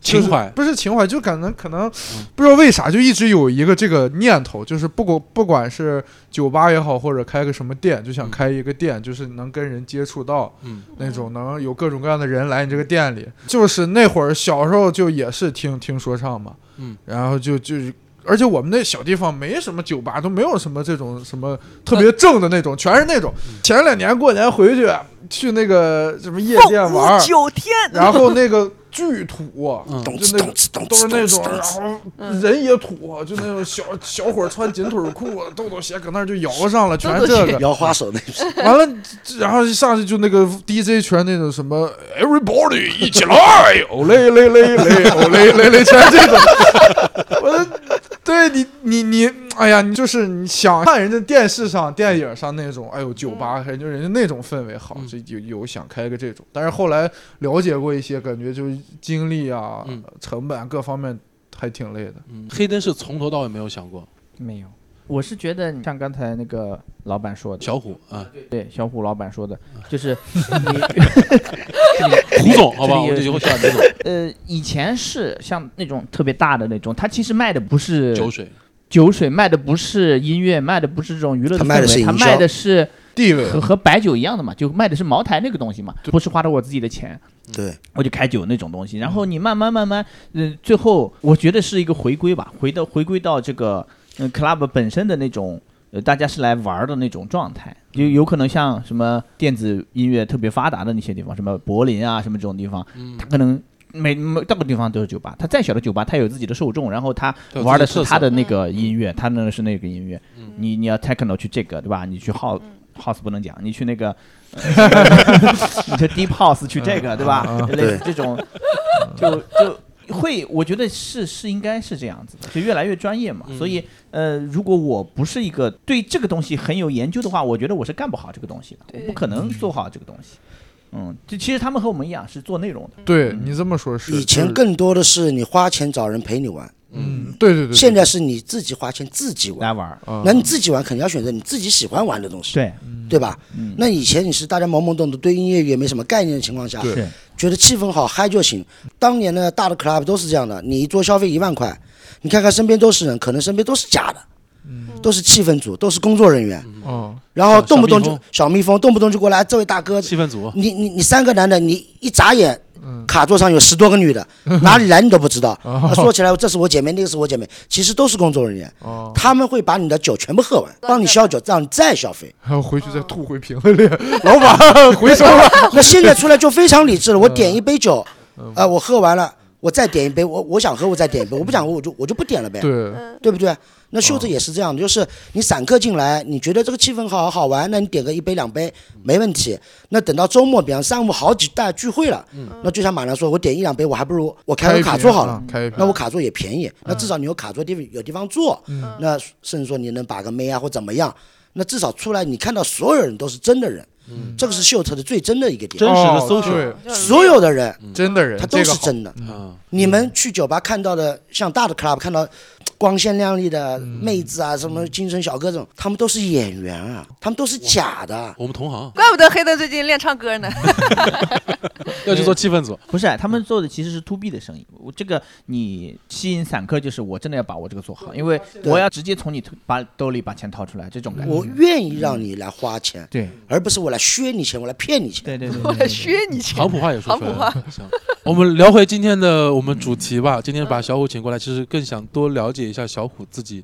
情
就是
怀，嗯
不是情怀，就可能可能不知道为啥，就一直有一个这个念头，就是不管不管是酒吧也好，或者开个什么店，就想开一个店，就是能跟人接触到
嗯
那种，能有各种各样的人来你这个店里。就是那会儿小时候就也是听听说唱嘛，
嗯，
然后就就是。而且我们那小地方没什么酒吧，都没有什么这种什么特别正的那种，全是那种。前两年过年回去去那个什么夜店玩儿，
九天，
然后那个巨土，
嗯
懂
就
吃
那
懂吃懂
都是
吃
那
懂吃
种，
懂
然
吃。
后人也土，就那种小小伙儿穿紧腿裤、豆豆鞋，搁那儿就摇上了，全是这个。
摇花手那种，
完了，然后上去就那个 DJ 全那种什么 Everybody 一起 来，哦嘞嘞嘞嘞，哦嘞嘞嘞，全是这种。我说，对你你你，哎呀，你就是你想看人家电视上、电影上那种，哎呦，酒吧，人家人家那种氛围好
嗯，
这有有想开个这种。但是后来了解过一些，感觉就是精力啊
嗯、
成本啊各方面还挺累的。
嗯，黑灯是从头到尾没有想过，
没有。我是觉得像刚才那个老板说的，
小虎啊，
对小虎老板说的，就是
胡总，好吧，
这里
我
有
就以后叫你胡总，
呃，以前是像那种特别大的那种，他其实卖的不是
酒水，
酒水，卖的不是音乐，卖的不是这种娱乐
他
氛
卖的是
围，
营
他
销
卖的是
地位，啊
和和白酒一样的嘛，就卖的是茅台那个东西嘛，不是花的我自己的钱，
对，
我就开酒那种东西。然后你慢慢慢慢，嗯、最后我觉得是一个回归吧，回到回归到这个嗯、club 本身的那种。呃，大家是来玩儿的那种状态，有
嗯
有可能像什么电子音乐特别发达的那些地方，什么柏林啊，什么这种地方，
嗯
他，可能每每到个地方都是酒吧，他再小的酒吧，他有自己的受众，然后他
它有
玩的
自
是
己的特
他
色
的那个音乐，他那个是那个音乐。
嗯
你你要 techno 去这个对吧？你去 house house 不能讲，你去那个，呃 你去 deep house 去这个对吧？类似这种，就就。会，我觉得是是应该是这样子的，就越来越专业嘛。
嗯
所以，呃，如果我不是一个对这个东西很有研究的话，我觉得我是干不好这个东西的，我
对
不可能做好这个东西。嗯，就其实他们和我们一样是做内容的。
嗯
对你这么说是，
嗯以前
就是
更多的是你花钱找人陪你玩，
嗯，对对对，对
现在是你自己花钱自己玩。
来玩儿。
啊
那你自己玩肯定要选择你自己喜欢玩的东西，
对，
对吧？
嗯，
那以前你是大家懵懵懂懂，对音乐也没什么概念的情况下，
对
是
觉得气氛好嗨就行。当年的大的 club 都是这样的，你一桌消费一万块，你看看身边都是人，可能身边都是假的，都是气氛组，都是工作人员，
哦，
然后
小
动不动
蜜
就
蜂
小蜜蜂，动不动就过来，这位大哥，
气氛组，
你你你三个男的，你一眨眼，
嗯
卡座上有十多 个女的，哪里来你都不知道。
哦
啊说起来这是我姐妹，那个是我姐妹，其实都是工作人员，
哦，
他们会把你的酒全部喝完，帮你消酒，让你再 消费。
还要回去再吐回瓶子里，老板回收了。
那现在出来就非常理
嗯
智了，我点一杯酒，啊、我喝完了，我再点一杯，我我想喝我再点一杯，我不想喝我就我就不点了呗，
对，
对不对？那秀
嗯
子也是这样的，就是你散客进来，你觉得这个气氛好好玩，那你点个一杯两杯
嗯
没问题。那等到周末，比方三五好几大聚会了，那就像马良说，我点一两杯，我还不如我开个
一
卡
瓶
座好了
啊。嗯开一瓶。
那我卡座也便宜，那至少你有卡座地方有地方坐，
嗯
那甚至说你能把个妹啊或怎么样，那至少出来你看到所有人都是真的人，
嗯
这个是秀特的最真的一个点
真。实的
哦
social
对
所有的人
嗯
真的人，
他都
这
是
个好
真的。
啊，
你们去酒吧看到的，像大的 club 看到，光鲜亮丽的妹子啊，什么精神小哥这种，他们都是演员啊，他们都是假的。
我们同行
怪不得黑灯最近练唱歌 呢。
要去做气氛组，
不是，他们做的其实是 to B 的生意。我这个你吸引散客，就是我真的要把我这个做好，因为
对
我要直接从你把兜里把钱掏出来，这种感觉。
我愿意让你来花钱，
对
而不是我来削你钱，我来骗你钱。
对对对
我
对
来
对，
削你钱。
杭普话也说出来了
杭。
行，我们聊回今天的我们主题吧。今天把小虎请过来，其实更想多了解一下小虎自己，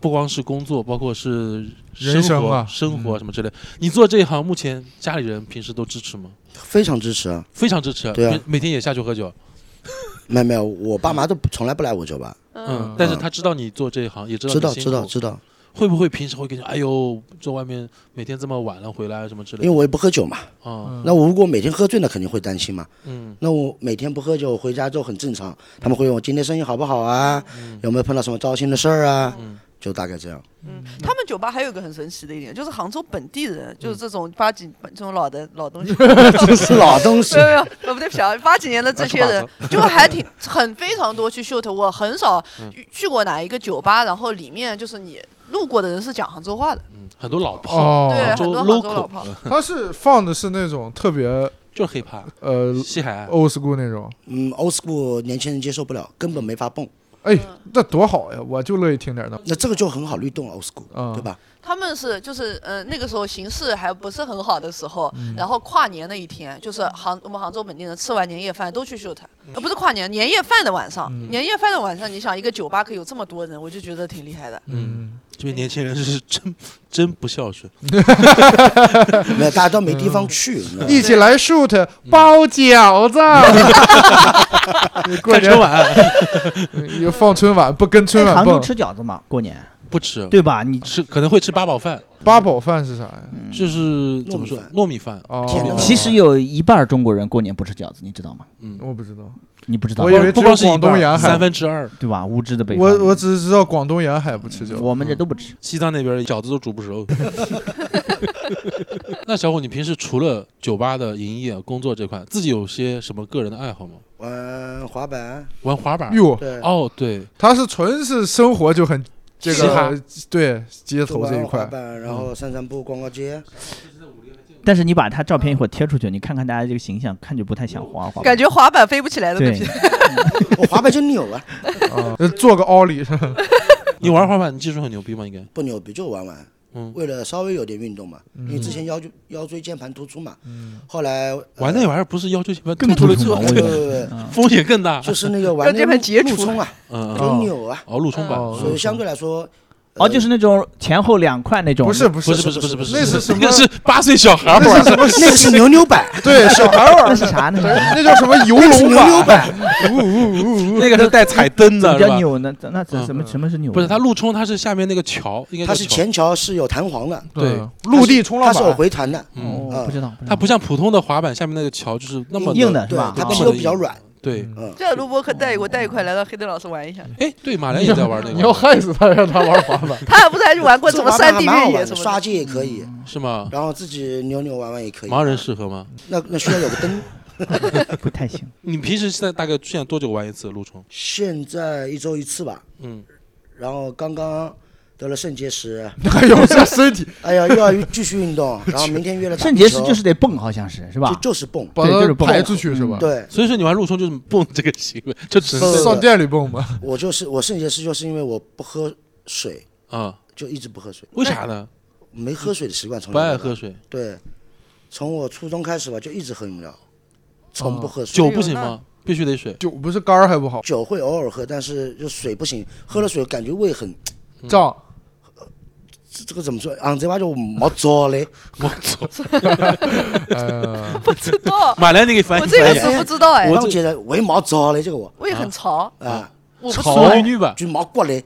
不光是工作，包括是
人
生
生
活、
啊
生
嗯
活什么之类。你做这一行，目前家里人平时都支持吗？
非常支持啊！
非常支持，
对啊
每每天也下去喝酒。
没有没有，我爸妈都不从来不来我酒吧，
嗯，但是他知道你做这一行，也知道
知道
你
知
辛
道
苦，
知道，
会不会平时会跟你，哎呦，这外面每天这么晚了回来啊什么之
因
类
为
的
我也不喝酒嘛。
啊？
那我如果每天喝醉，那肯定会担心嘛。
嗯，
那我每天不喝酒回家之后很正常，他们会问我今天生意好不好啊，有没有碰到什么糟心的事儿啊，就大概这样。
他们酒吧还有一个很神奇的一点，就是杭州本地人，就是这种八几这种老的老东西，
这是老东西
没，有没有，我不对不起啊，八几年的这些人就还挺很非常多去 shoot，我很少
嗯
去去过哪一个酒吧，然后里面就是你路过的人是讲杭州话的，
嗯很多老炮，
哦，
对，
杭
很
州
多杭州老
local，
炮。
他是放的是那种特别
就是啊 hiphop
呃
西海岸。
old school 那种，
嗯，old school 年轻人接受不了，根本没法蹦。
哎，那多好呀！我就乐意听点那。
那这个就很好律动 old school，、
嗯
对吧？
他们是就是呃那个时候形势还不是很好的时候，
嗯
然后跨年那一天，就是杭我们杭州本地人吃完年夜饭都去 shoot，呃
嗯
不是跨年年夜饭的晚上，年夜饭的晚上，你想一个酒吧可以有这么多人，我就觉得挺厉害的。
嗯，这边年轻人是真真不孝顺。
没有，大家都没地方去。你知道吗
一起来 shoot 包饺子， 过
看
年
春晚
又放春晚，不跟春
哎
晚
杭州
蹦。
吃饺子嘛，过年
不吃，
对吧？你
吃可能会吃八宝饭，
八宝饭是啥呀？
嗯就是
糯
怎么
米
说
饭
糯米饭。
哦
天哪，
其实有一半中国人过年不吃饺子，你知道吗？
嗯，
我不知道，
你不知道
我以为
不
只
光
有
是一
广东
半
沿海
三，分之二，
对吧？无知的北方人，
我我只知道广东沿海不吃饺子。
我们这都不吃。
西藏那边饺子都煮 不熟。 那小虎，你平时除了酒吧的营业、工作这块，自己有些什么个人的爱好吗？
玩滑板，
玩滑板？
哟，
对，
哦，对，
他是纯是生活就很这
嘻哈
个对街
就
头这一
玩滑
块。
板，然后散散步、逛逛街。
但是你把他照片一会儿贴出去，你看看大家这个形象，看就不太想滑滑板。
感觉滑板飞不起来的那
对
批，，
我滑板就扭啊，
啊，做个奥利，
你玩滑板，你技术很牛逼吗？应该，
不牛逼就玩玩。
嗯
为了稍微有点运动嘛，因为之前腰椎腰椎间盘突出嘛，
嗯
后来呃
玩那玩意儿不是要求什么
更
突出了
突出
就
吗
不不不
嗯
风险更大
不。就是那个玩
腰
那
椎
个
盘截
路
出
冲啊，
嗯，
就
嗯
扭啊，
哦，路冲板，
哦
所
嗯
以相对来说，呃
哦，就是那种前后两块那种，
不是不
不
是
是不是不是不是，
那是什么
那是八岁小孩玩
那是
儿。
什么？
那个是扭扭板，
对，小孩玩
那
儿
是啥呢？
那叫什么游
那个是
龙
扭扭
板？
板，
呜呜呜呜！
那个是带彩灯
怎么
的，是
叫
吧？
扭呢？那那什么什么是扭？
不是，它路冲它是下面那个桥，应该
它
叫
是
桥
前桥是有弹簧的，
对
嗯，陆地冲
它
浪
是有
板。
回弹的，
嗯，
啊
哦，不知道，知道
它不像普通的滑板下面那个桥就是那么嗯
硬的是
对
吧？，
它
啊
皮
有
又比较软，嗯
对，
嗯
这录播课带我带一块来让黑灯老师玩一下，
哎，对，马良也在玩那个，
你要害死他，让他玩滑板。
他还不是还去玩过什 么
滑
山
板
地
还蛮好
越野
玩
什
的，
么
刷
的？
街也可以，
是吗？
然后自己扭扭玩玩也可以。
盲人适合吗？
那那需要有个灯。
不太行。
你平时现在大概现在多久玩一次路冲？
现在一周一次吧，
嗯，
然后刚刚得了肾结石，
哎呦，这身体
哎呀，又要继续运 动，然后明天约了打
肾
皮
结
球
石就是得蹦，好像是是吧
就？就是嗯蹦，
把
对就是
他
蹦
排出去是吧？，
对
所以说你玩路冲就是蹦这个行为，就只能
不
上店里蹦 吧。
我就是我肾结石就是因为我不喝水，
啊？
就一直不喝水，
为啥呢？
没喝水的习惯从
不
来没
爱
有
喝，水，
对，从我初中开始吧，就一直喝饮料，从不喝水，
酒不行吗？必须得水。
酒不是肝儿还不好，
酒会偶尔喝，但是就水不行，喝了水感觉胃很，
胀。
这这个怎么说？昂这把就没糟嘞，
我操！
呃，
不知 道，
马良，你给翻
哦我
译
这个
翻译。
词不知道哎
我，总觉得胃毛糟嘞，这个我
胃很潮，
嗯啊，
我不知道
潮
哎，
女吧，
就毛骨嘞，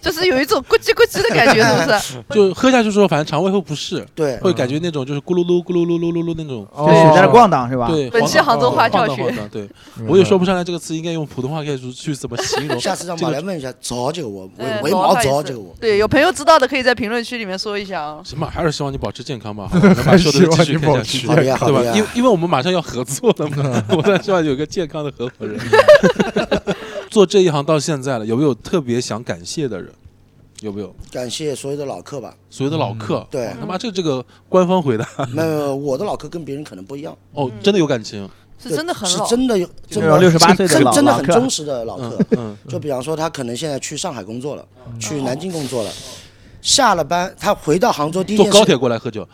就是有一种咕叽咕叽的感觉，是不是？
就喝下去之后，反正肠胃会不适，
对，
会感觉那种就是咕噜噜咕噜噜噜噜噜那种。
哦
就水在那逛荡是吧？
对，
啊本期
晃
杭州话
晃
教
荡
学
晃，荡对，我也说不上来这个词应该用普通话该去怎么形 容。
下次让
这
马
个
来问一下，糟这个 我
哎
围毛糟
毛
这个我，
对，有朋友知道的可以在评论区里面说一下啊。
起码还是希望你保持健 康吧，好吧能把说的继续看下去，
希
望你保持健康嗯
对
好的
吧？
呀
因因为我们马上要合作了嘛，我当然希望有个健康的合伙人。 做这一行到现在了，有没有特别想感谢的人？有没有
感谢所有的老客吧。
所谓的老客？
对
嗯
他妈这这个官方回答
没有没有，我的老客跟别人可能不一样，
哦，真的有感情。
是真的很
是
老，
真的有真
那种
的
68岁的
很
老
真的
老
很
客
忠实的老
嗯
客。
嗯
就比方说，他可能现在去上海工作了，
嗯
去南京工作了，下了班他回到杭州第一
坐
件
高
事，
铁过来喝酒。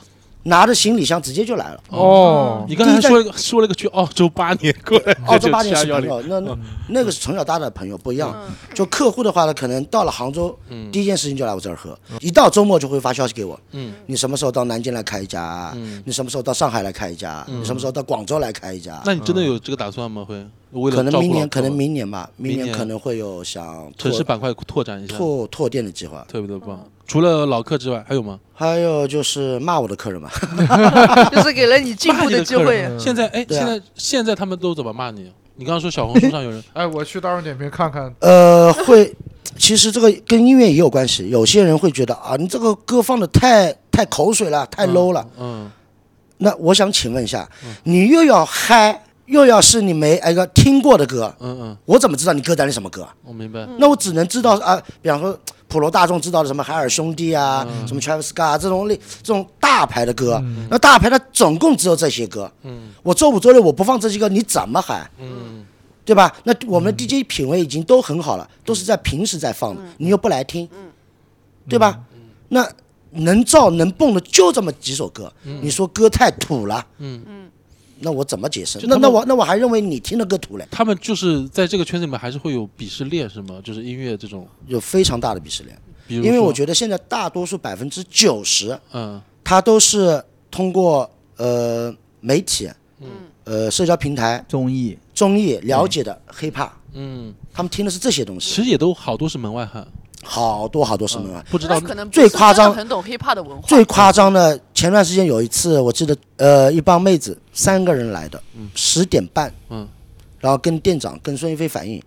拿着行李箱直接就来了。
哦，
你刚才还说了一个说了一个去澳洲八年过来，
澳洲八年是
幺
朋
零，
友，那那那个是从小到大的朋友不一样。嗯就客户的话呢，可能到了杭州，第一件事情就来我这儿喝，一到周末就会发消息给我，
嗯
你什么时候到南京来开一家？你什么时候到上海来开一家？你什么时候到广州来开一家？
嗯那你真的有这个打算吗？会为
可
了
能
照顾
明
老
年，
婆
可能明年吧，明
明
年
年
可能会有想
城市
拓
板块拓展一下，
拓拓店的计划。
特别的棒。除了老客之外，还有吗？
还有就是骂我的客人嘛，
就是给了你进
骂
步
你的
机
客
会
人。现在哎，
对
现
啊
在现在他们都怎么骂你？你刚刚说小红书上 有人
哎，我去大众点评看看，
呃，会，其实这个跟音乐也有关系。有些人会觉得啊，你这个歌放的太太口水了，太 low 了。，
嗯，
那我想请问一下，你又要嗨，又要是你没哎个听过的歌，
嗯嗯嗯，
我怎么知道你歌单里什么歌？
我明白。
嗯那我只能知道啊，比方说普罗大众知道的什么海尔兄弟啊，
嗯
什么 Travis Scott 啊这种类这种大牌的歌，那大牌它总共只有这些歌。
嗯
我周五周六我不放这些歌，你怎么嗨？
嗯，
对吧？那我们的 DJ 品味已经都很好了，都是在平时在放的，
嗯
你又不来听，对吧？那能造能蹦的就这么几首歌，你说歌太土了，
嗯
那我怎么解释
就？
那
他们
那我那我还认为你听的歌土嘞，
他们就是在这个圈子里面还是会有鄙视链，是吗？就是音乐这种，
有非常大的鄙视链，
比如
因为我
得，
觉得现在大多数百分之九十，
嗯
它都是通过呃媒体，
嗯
呃社交平台、
综艺
综艺了解的 hiphop，
嗯，
他们听的是这些东西，
其实也嗯都好多是门外汉，嗯
好多好多什么。
不知道
那可能不
最
是真
夸
的
张
很懂 hiphop 的文化，
最夸张的，前段时间有一次，我记得，呃，一帮妹子三个人来的，十点半，
嗯
然后跟店长跟孙一飞反映，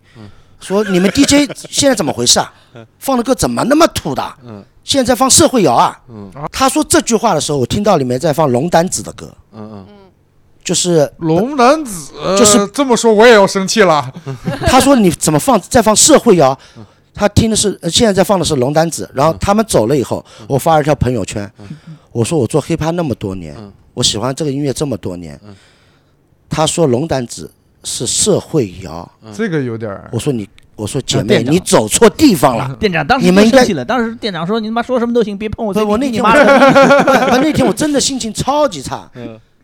说你们 DJ 现在怎么回 事啊？放的歌怎么那么土的？
嗯
现在放社会摇啊？
嗯
他说这句话的时候，我听到里面在放龙丹子的歌，
嗯嗯，
就是
龙男子，呃
就是
这么说，我也要生气了。
他说你怎么放在放社会摇？
嗯
他听的是呃现在在放的是龙丹子，然后他们走了以后，
嗯
我发了一条朋友圈，我说我做 hiphop 那么多年
嗯，
我喜欢这个音乐这么多年，他说龙丹子是社会摇，
这个有点
嗯
儿
我说你，我说姐
店
妹
长
你走错地 方了。
啊店长当时
你们
就
应该
生气了，当时店长说：“你他妈说什么都行，别碰我
不
嘴
是
里。”
我那
你
天
妈
我
的
真的，不是那天我真的心情超级差，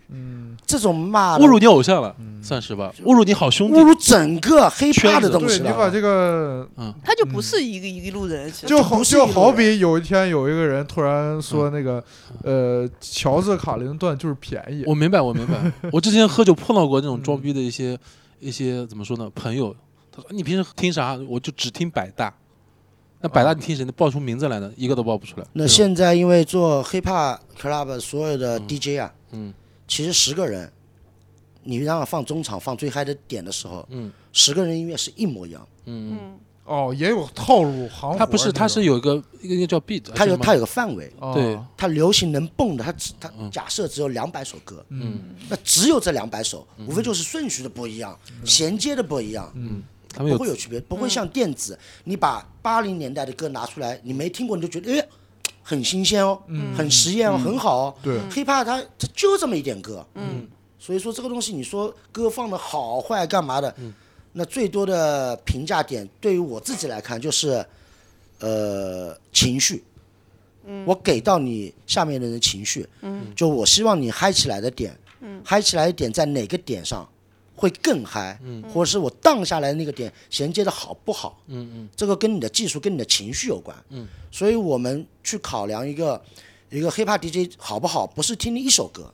嗯
这种骂的
侮辱你偶像了，算是吧？侮辱你好兄弟
侮，辱整个黑怕
圈子
的东
对
西
你把
了。
这个
他就
嗯
不是一个一路人，其实
就
这
好
不是
就
一路
好
人
比有一天有一个人突然说那个，呃，乔治卡林顿就是便宜，
我明白，我明白。我之前喝酒碰到过这种装逼的一些、一些怎么说呢？朋友，他说你平时听啥？我就只听百大。那百大你听谁？你报出名字来呢？一个都报不出来。
那现在因为做 hiphop club 所有的 DJ 啊，
嗯
其实十个人，你让他放中场放最嗨的点的时候，
嗯
十个人音乐是一模一样。
嗯，
嗯，
哦，也有套路行活
他不是，
啊那种
他是有一个一个一个叫 beat，还
它有
是什么
它有个范围，
哦
对
它流行能蹦的，它只它
嗯
假设只有两百首歌，
嗯，
那只有这两百首，无非就是顺序的不一样，
嗯
衔接的不一样，
他们
不会
有
有区别，不会像电子，你把八零年代的歌拿出来，你没听过你就觉得哎。很新鲜哦，很实验哦，很好哦。
对
，hiphop 它它就这么一点歌，嗯，所以说这个东西你说歌放的好坏干嘛的，那最多的评价点对于我自己来看就是，呃，情绪，我给到你下面的人情绪，就我希望你嗨起来的点，嗨起来的点在哪个点上会更嗨，或者是我荡下来的那个点衔接的好不好，这个跟你的技术跟你的情绪有关，所以我们去考量一个一个 hiphop DJ 好不好，不是听你一首歌，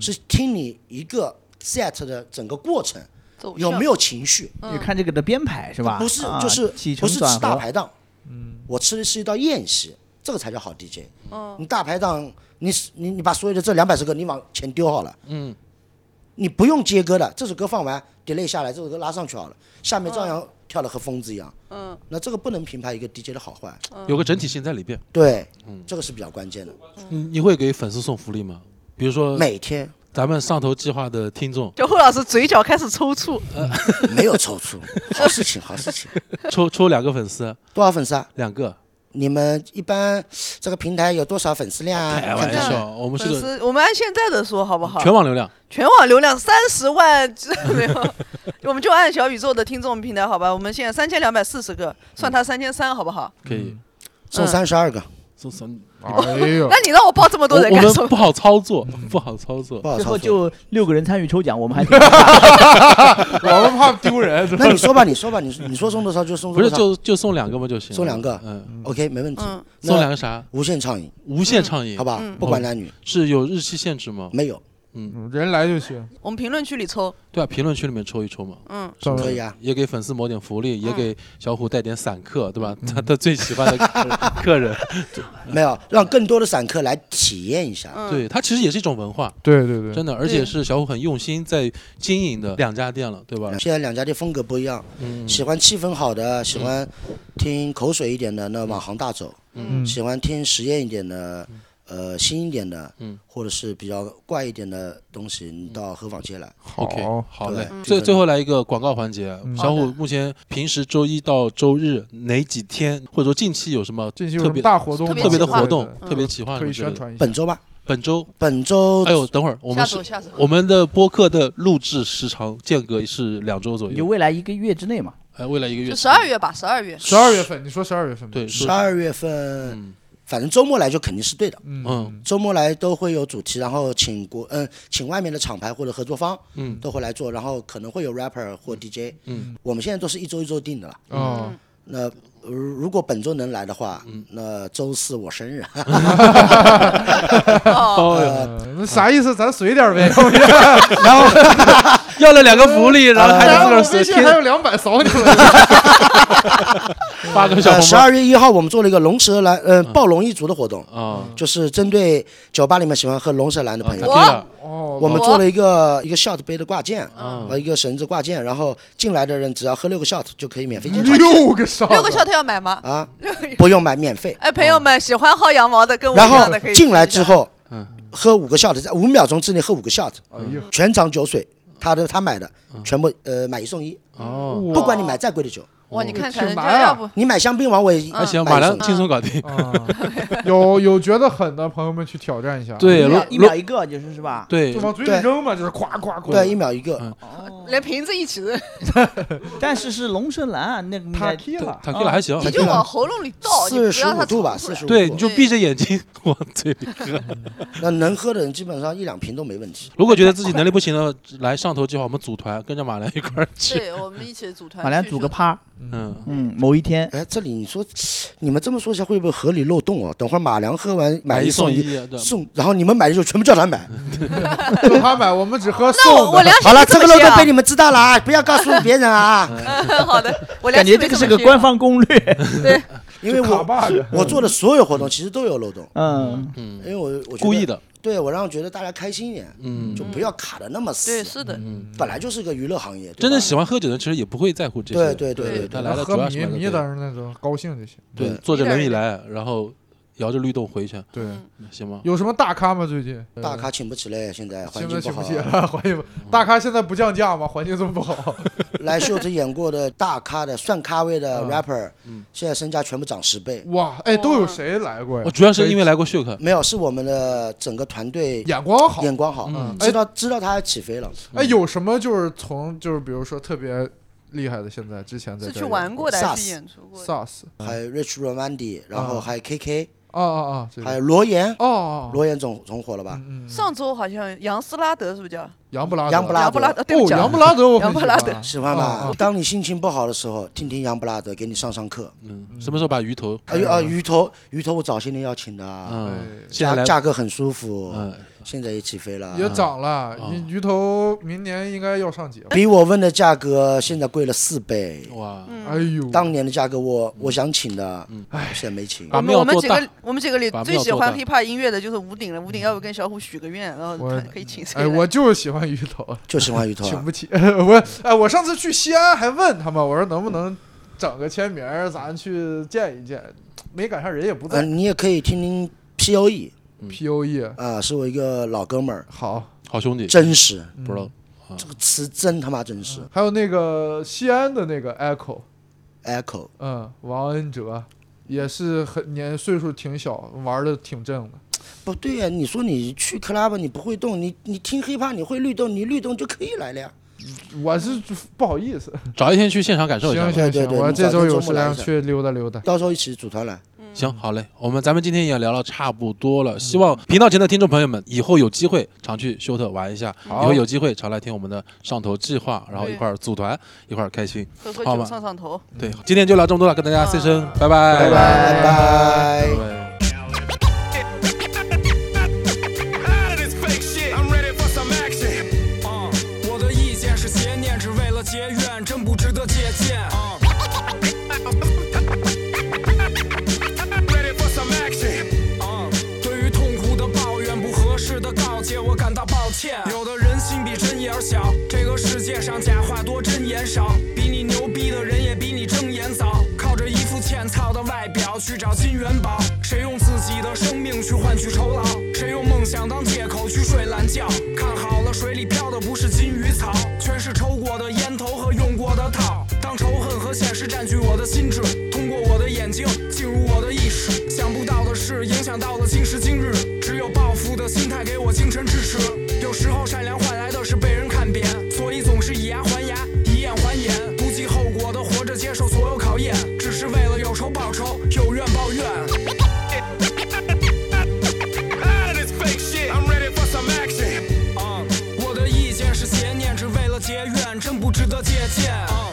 是听你一个 set 的整个过程
走
有
向
没有情绪，
你 看这个的编排是吧？
不是
啊
就是
起
不
承
是
转
吃大
合，嗯
排档，我吃的是一道宴席，这个才叫好 DJ。你大排档，你你你把所有的这两百首歌你往前丢好了，
嗯
你不用接歌的，这首歌放完 delay 下来，这首歌拉上去好了，下面照样跳的和疯子一样。
嗯，
那这个不能评判一个 DJ 的好坏，
有个整体性在里边。
嗯
对，这个是比较关键的。
呃
你你会给粉丝送福利吗？比如说
每天
咱们上头计划的听众
就霍老师嘴角开始抽搐，
没有抽搐，好事情，好事情。
抽抽两个粉丝，
多少粉丝啊？
两个，
你们一般这个平台有多少粉丝量啊？
开哎玩
真
笑，
的
我们是
粉
个
丝，我们按现在的说好不好？
全网流量，
全网流量三十万，没有，我们就按小宇宙的听众平台好吧？我们现在三千两百四十个，算他三千三好不好？
可以
送三十二个，
送三。
哎呦
那，你让我报这么多
我
人
嗯我
干
们
什么
不？好操作，不好操作
不。好
最后
啊操作。
就六个人参与抽奖，我 们还
我们怕丢人，是吧
那你说吧，你说吧，你你说送多少就送
不
多
是
少。
就就送两个嘛就行了，
送两个
嗯，
OK，没问题。
嗯，
那
送两个啥？
无限畅饮，
无限畅饮，
好吧，
嗯
不管男女，
是有日期限制吗？
没有
嗯人来就行，
我们评论区里抽，
对啊，评论区里面抽一抽嘛，
嗯，
照
可以啊。
也给粉丝谋点福利，也
嗯
给小虎带点散客，对吧？他他最喜欢的客客人，
没有，让更多的散客来体验一下。
嗯
对他其实也是一种文化，
对对对，
真的，而且是小虎很用心在经营的两家店了，对吧？
现在两家店风格不一样，
嗯，
喜欢气氛好的，喜欢听口水一点的，那往行大走；
嗯
喜欢听实验一点的，呃，新一点的
嗯，
或者是比较怪一点的东西，你到河坊街来。
嗯
OK，
好，
好嘞。
对
最
嗯
最后来一个广告环节，
嗯
小虎
好的
目前平时周一到周日哪几天，或者说近期有什么
近期有
特
什么
别
大活动吗？
特别的活
对
动
对、
嗯
特别企划
对
什
可
么
以宣
之类的？
传一下。
本周吧，
本周，
本哦周
哎呦，等会儿我
下
们是
周下周，
我们的播客的录制时长间隔是两周左
你就
右，
未来一个月之内嘛。
哎，未来一个月，
就十二，月吧，十二月。
十二月份，你说十二月份吧
对，
十
是，
二月份，
嗯，
反正周末来就肯定是对的。
嗯
嗯
周末来都会有主题，然后请国嗯、请外面的厂牌或者合作方
嗯
都会来做，然后可能会有 rapper 或 DJ。
嗯，
我们现在都是一周一周定的了。
嗯
哦，
那呃如果本周能来的话，
嗯
那周四我生日，
哦，
嗯那啥意思？咱随点呗，要不然
要了两个福利，然后还
然后
得
我
自个
微
儿
信
随
还
贴
有两百扫你了。
发个小
呃，
红
十
包
二月一号我们做了一个龙舌兰呃
嗯
暴龙一族的活动，
啊，
就是针对酒吧里面喜欢喝龙舌兰的朋
啊
友。
对了，
哦，
我们
我
做了一个一个 shot 杯的挂件，呃
嗯
和一个绳子挂件，然后进来的人只要喝六个 shot 就可以免费进场
嗯
六个上，
六个小特要买吗？
啊，
六个
不用买，免费。
哎，朋友们，喜欢薅羊毛的跟我
然
一
后
样的可以
进来之后
嗯，
喝五个 shot，在五秒钟之内喝五个 shot，
哎呦，
全场酒水，他的他买的
嗯
全部呃买一送一，
哦，
不管你买再贵的酒，
哇，你看看人
挺
家
难啊
要不
你买香槟王我也
还行，
买
马
一
良
送一。
轻松搞定，
啊， 有有觉得狠的朋友们去挑战一下，，啊
对，
一
罗
秒一秒
罗，
一个，就是是吧？
对
就，往嘴里扔嘛，就是夸夸夸，
对，一秒一个
嗯，
连瓶子一起扔，
但是是龙舌兰那个应
他
该啊
踢了，
坦克了还行
你，嗯就往喉咙里倒，你不
四十
让它
五度吧，
吐出
四
来
十五
对，你
度。
就闭着眼睛往嘴里喝。
那能喝的人基本上一两瓶都没问题。
如果觉得自己能力不行的，来上头计划，我们组团跟着马良一块儿去。
对，我们一起组团，
马良
去
组个
去
趴，
嗯，
嗯，某一天
哎，这里你说，你们这么说一下会不会合理漏洞哦？等会儿马良喝完买
一
送
一嗯
一，，
对
送，然后你们买的酒全部叫他买。嗯
就他买，我们只喝
那我
送
我
的。
良心
好 了，
没
这个
么
漏
邪
洞
啊
被你们知道了啊，不要告诉别人
嗯
啊，
好的，我良
感
心
觉这
没
个
么
是个
邪
官方攻略，
因为
卡
我
bug，
我做的所有活动其实都有漏洞，
嗯，
因
嗯，
为我我觉得
故意，的，
对我让觉得大家开心一点，
嗯
就，不要卡的那么死
对，。是的，
嗯，
本来就是个娱乐行业，
真
的
正喜欢喝酒的人其实也不会在乎这
对
些。
对对
对
对
他
对，
来了主
喝
要是
迷
为了
迷
这
的
个
人那种高兴就行。
对
对，
坐着
一点
轮
儿
椅
一
来，然后摇着绿豆回去，
对，
嗯
行吗？
有什么大咖吗？最近
大咖请不起嘞，现在环
现
境
在
不
请不
好啊嗯
起。了，环境不大咖现在不降价吗？环境这么不 好，
来秀子演过的大咖的算咖位的
嗯
rapper，现在身家全部涨十倍。
哇，哎，都有谁来过呀
我？主要是因为来过秀克，
没有，是我们的整个团队
眼光好，
眼光好
嗯，
知道知道他起飞了。
哎，有什么就是从就是比如说特别厉害的，现在之前在
是
这
去
儿
玩过的，还
SARS
是演出过的？
SARS
还有 Rich Romandi，然后
啊
还有 KK，
啊啊啊，这个
还
哦
有罗岩，
哦，哦
罗岩总总火了吧？
嗯嗯嗯
上周好像杨斯拉德是不是叫
杨布拉德
杨布拉德
杨布拉德？对不
哦，
起啊，
杨布拉德我
杨
很
布
喜
拉
欢
德
啊，
喜欢吧
哦？
当你心情不好的时候，听听杨布拉德，给你上上课。
嗯，什么时候把鱼头？
哎呦啊，鱼头，鱼头，我早些年要请的啊，
嗯，现在
价
来，
价格很舒服，
嗯，
现在也起飞了，
也涨了
啊，
鱼鱼头明年应该要上节目。
嗯比我问的价格现在贵了四倍。
哇，
嗯
哎呦，
当年的价格我我想请的，现在没请。
把
我们
庙
我们
做
几
大
个我们几个里
把
最
庙
喜
做
欢
大
hiphop 音乐的就是吴鼎了，吴鼎要不跟小虎许个愿，然后
我
看可以请谁
哎，
来？
我就是喜欢鱼头，
就喜欢鱼头
请
啊，
不起。 我哎，我上次去西安还问他们，我说能不能整个签名儿，咱去见一见，没赶上人也不
呃
在
嗯，。你也可以听听 P O E
P O E
啊，是我一个老哥们儿，
好，
好兄弟，
真实，
不知道
这个词真他妈真实。
还有那个西安的那个 Echo，
Echo，
嗯，王恩哲也是很年岁数挺小，玩的挺正的。
不对呀、你说你去 club 你不会动，你你听 hiphop 你会律动，你律动就可以来了呀。
我是不好意思，
找一天去现场感受一下
行
吧。
行
对
行，
对
我
你
这
找
周
个
有
周
时
末来
间
一下
去溜达溜达。
到时候一起组团来。
行，好嘞，我们咱们今天也聊了差不多了，希望频道前的听众朋友们以后有机会常去休特玩一下，以
好
后有机会常来听我们的上头计划，然后一
对
块儿组团，一块儿开心。
喝喝
好
酒
吧
上上头。
对，今天就聊这么多了，跟大家 say 声拜拜，
拜
拜拜
拜拜。
Out of this fake shit, I'm ready for some action.
啊，我的意见是邪念，只为了结怨，真不值得借鉴。啊，
Ready for some action.
啊，对于痛苦的抱怨、不合适的告诫，我感到抱歉。有的人心比针眼儿小，这个世界上假话多，真言少。比你牛逼的人也比你睁眼早，靠着一副欠操的外表去找金元宝。谁用自己的生命去换取酬劳？谁用梦想当借口去睡懒觉？看好了，水里漂的不是金鱼草，全是抽过的烟头和用过的套。当仇恨和现实占据我的心智，通过我的眼睛进入我的意识。想不到的是，影响到了今时今日。只有报复的心态给我精神支持。有时候善良换来的是被人看扁，所以总是以牙还牙，以眼还眼，不计后果的活着，接受所有考验，只是为了有仇报仇，有怨报怨。
Out of this fake shit, I'm ready for some action.
啊，我的意见是邪念，只为了结怨，真不值得借鉴。啊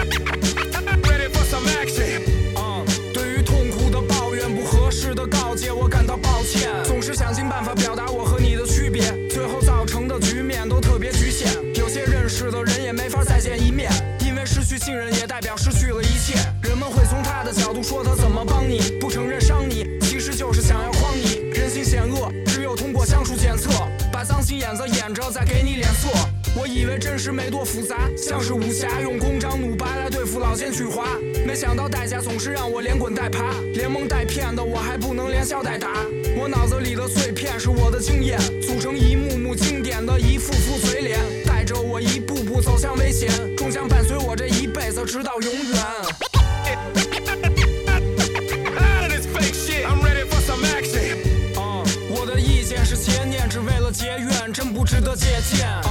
Ready for some action.
啊，对于痛苦的抱怨、不合适的告诫，我感到抱歉。总是想尽办法表达我和你的区别，最后造成的局面都特别局限。有些认识的人也没法再见一面，因为失去信任也代表失去了一切。人们会从他的角度说他怎么帮你，不承认伤你，其实就是想要诓你。人心险恶，只有通过相处检测，把脏心眼子掩着，再给你脸色。我以为真实没多复杂，像是武侠用弓张弩拔来对付老奸巨猾，没想到代价总是让我连滚带爬，连蒙带骗的我还不能连消带打。我脑子里的碎片是我的经验，组成一幕幕经典的一副副嘴脸，带着我一步步走向危险，终将伴随我这一辈子直到永远。
Out of this fake shit, I'm ready for some action.
啊，我的意见是邪念，只为了结怨，真不值得借鉴。啊
Uh,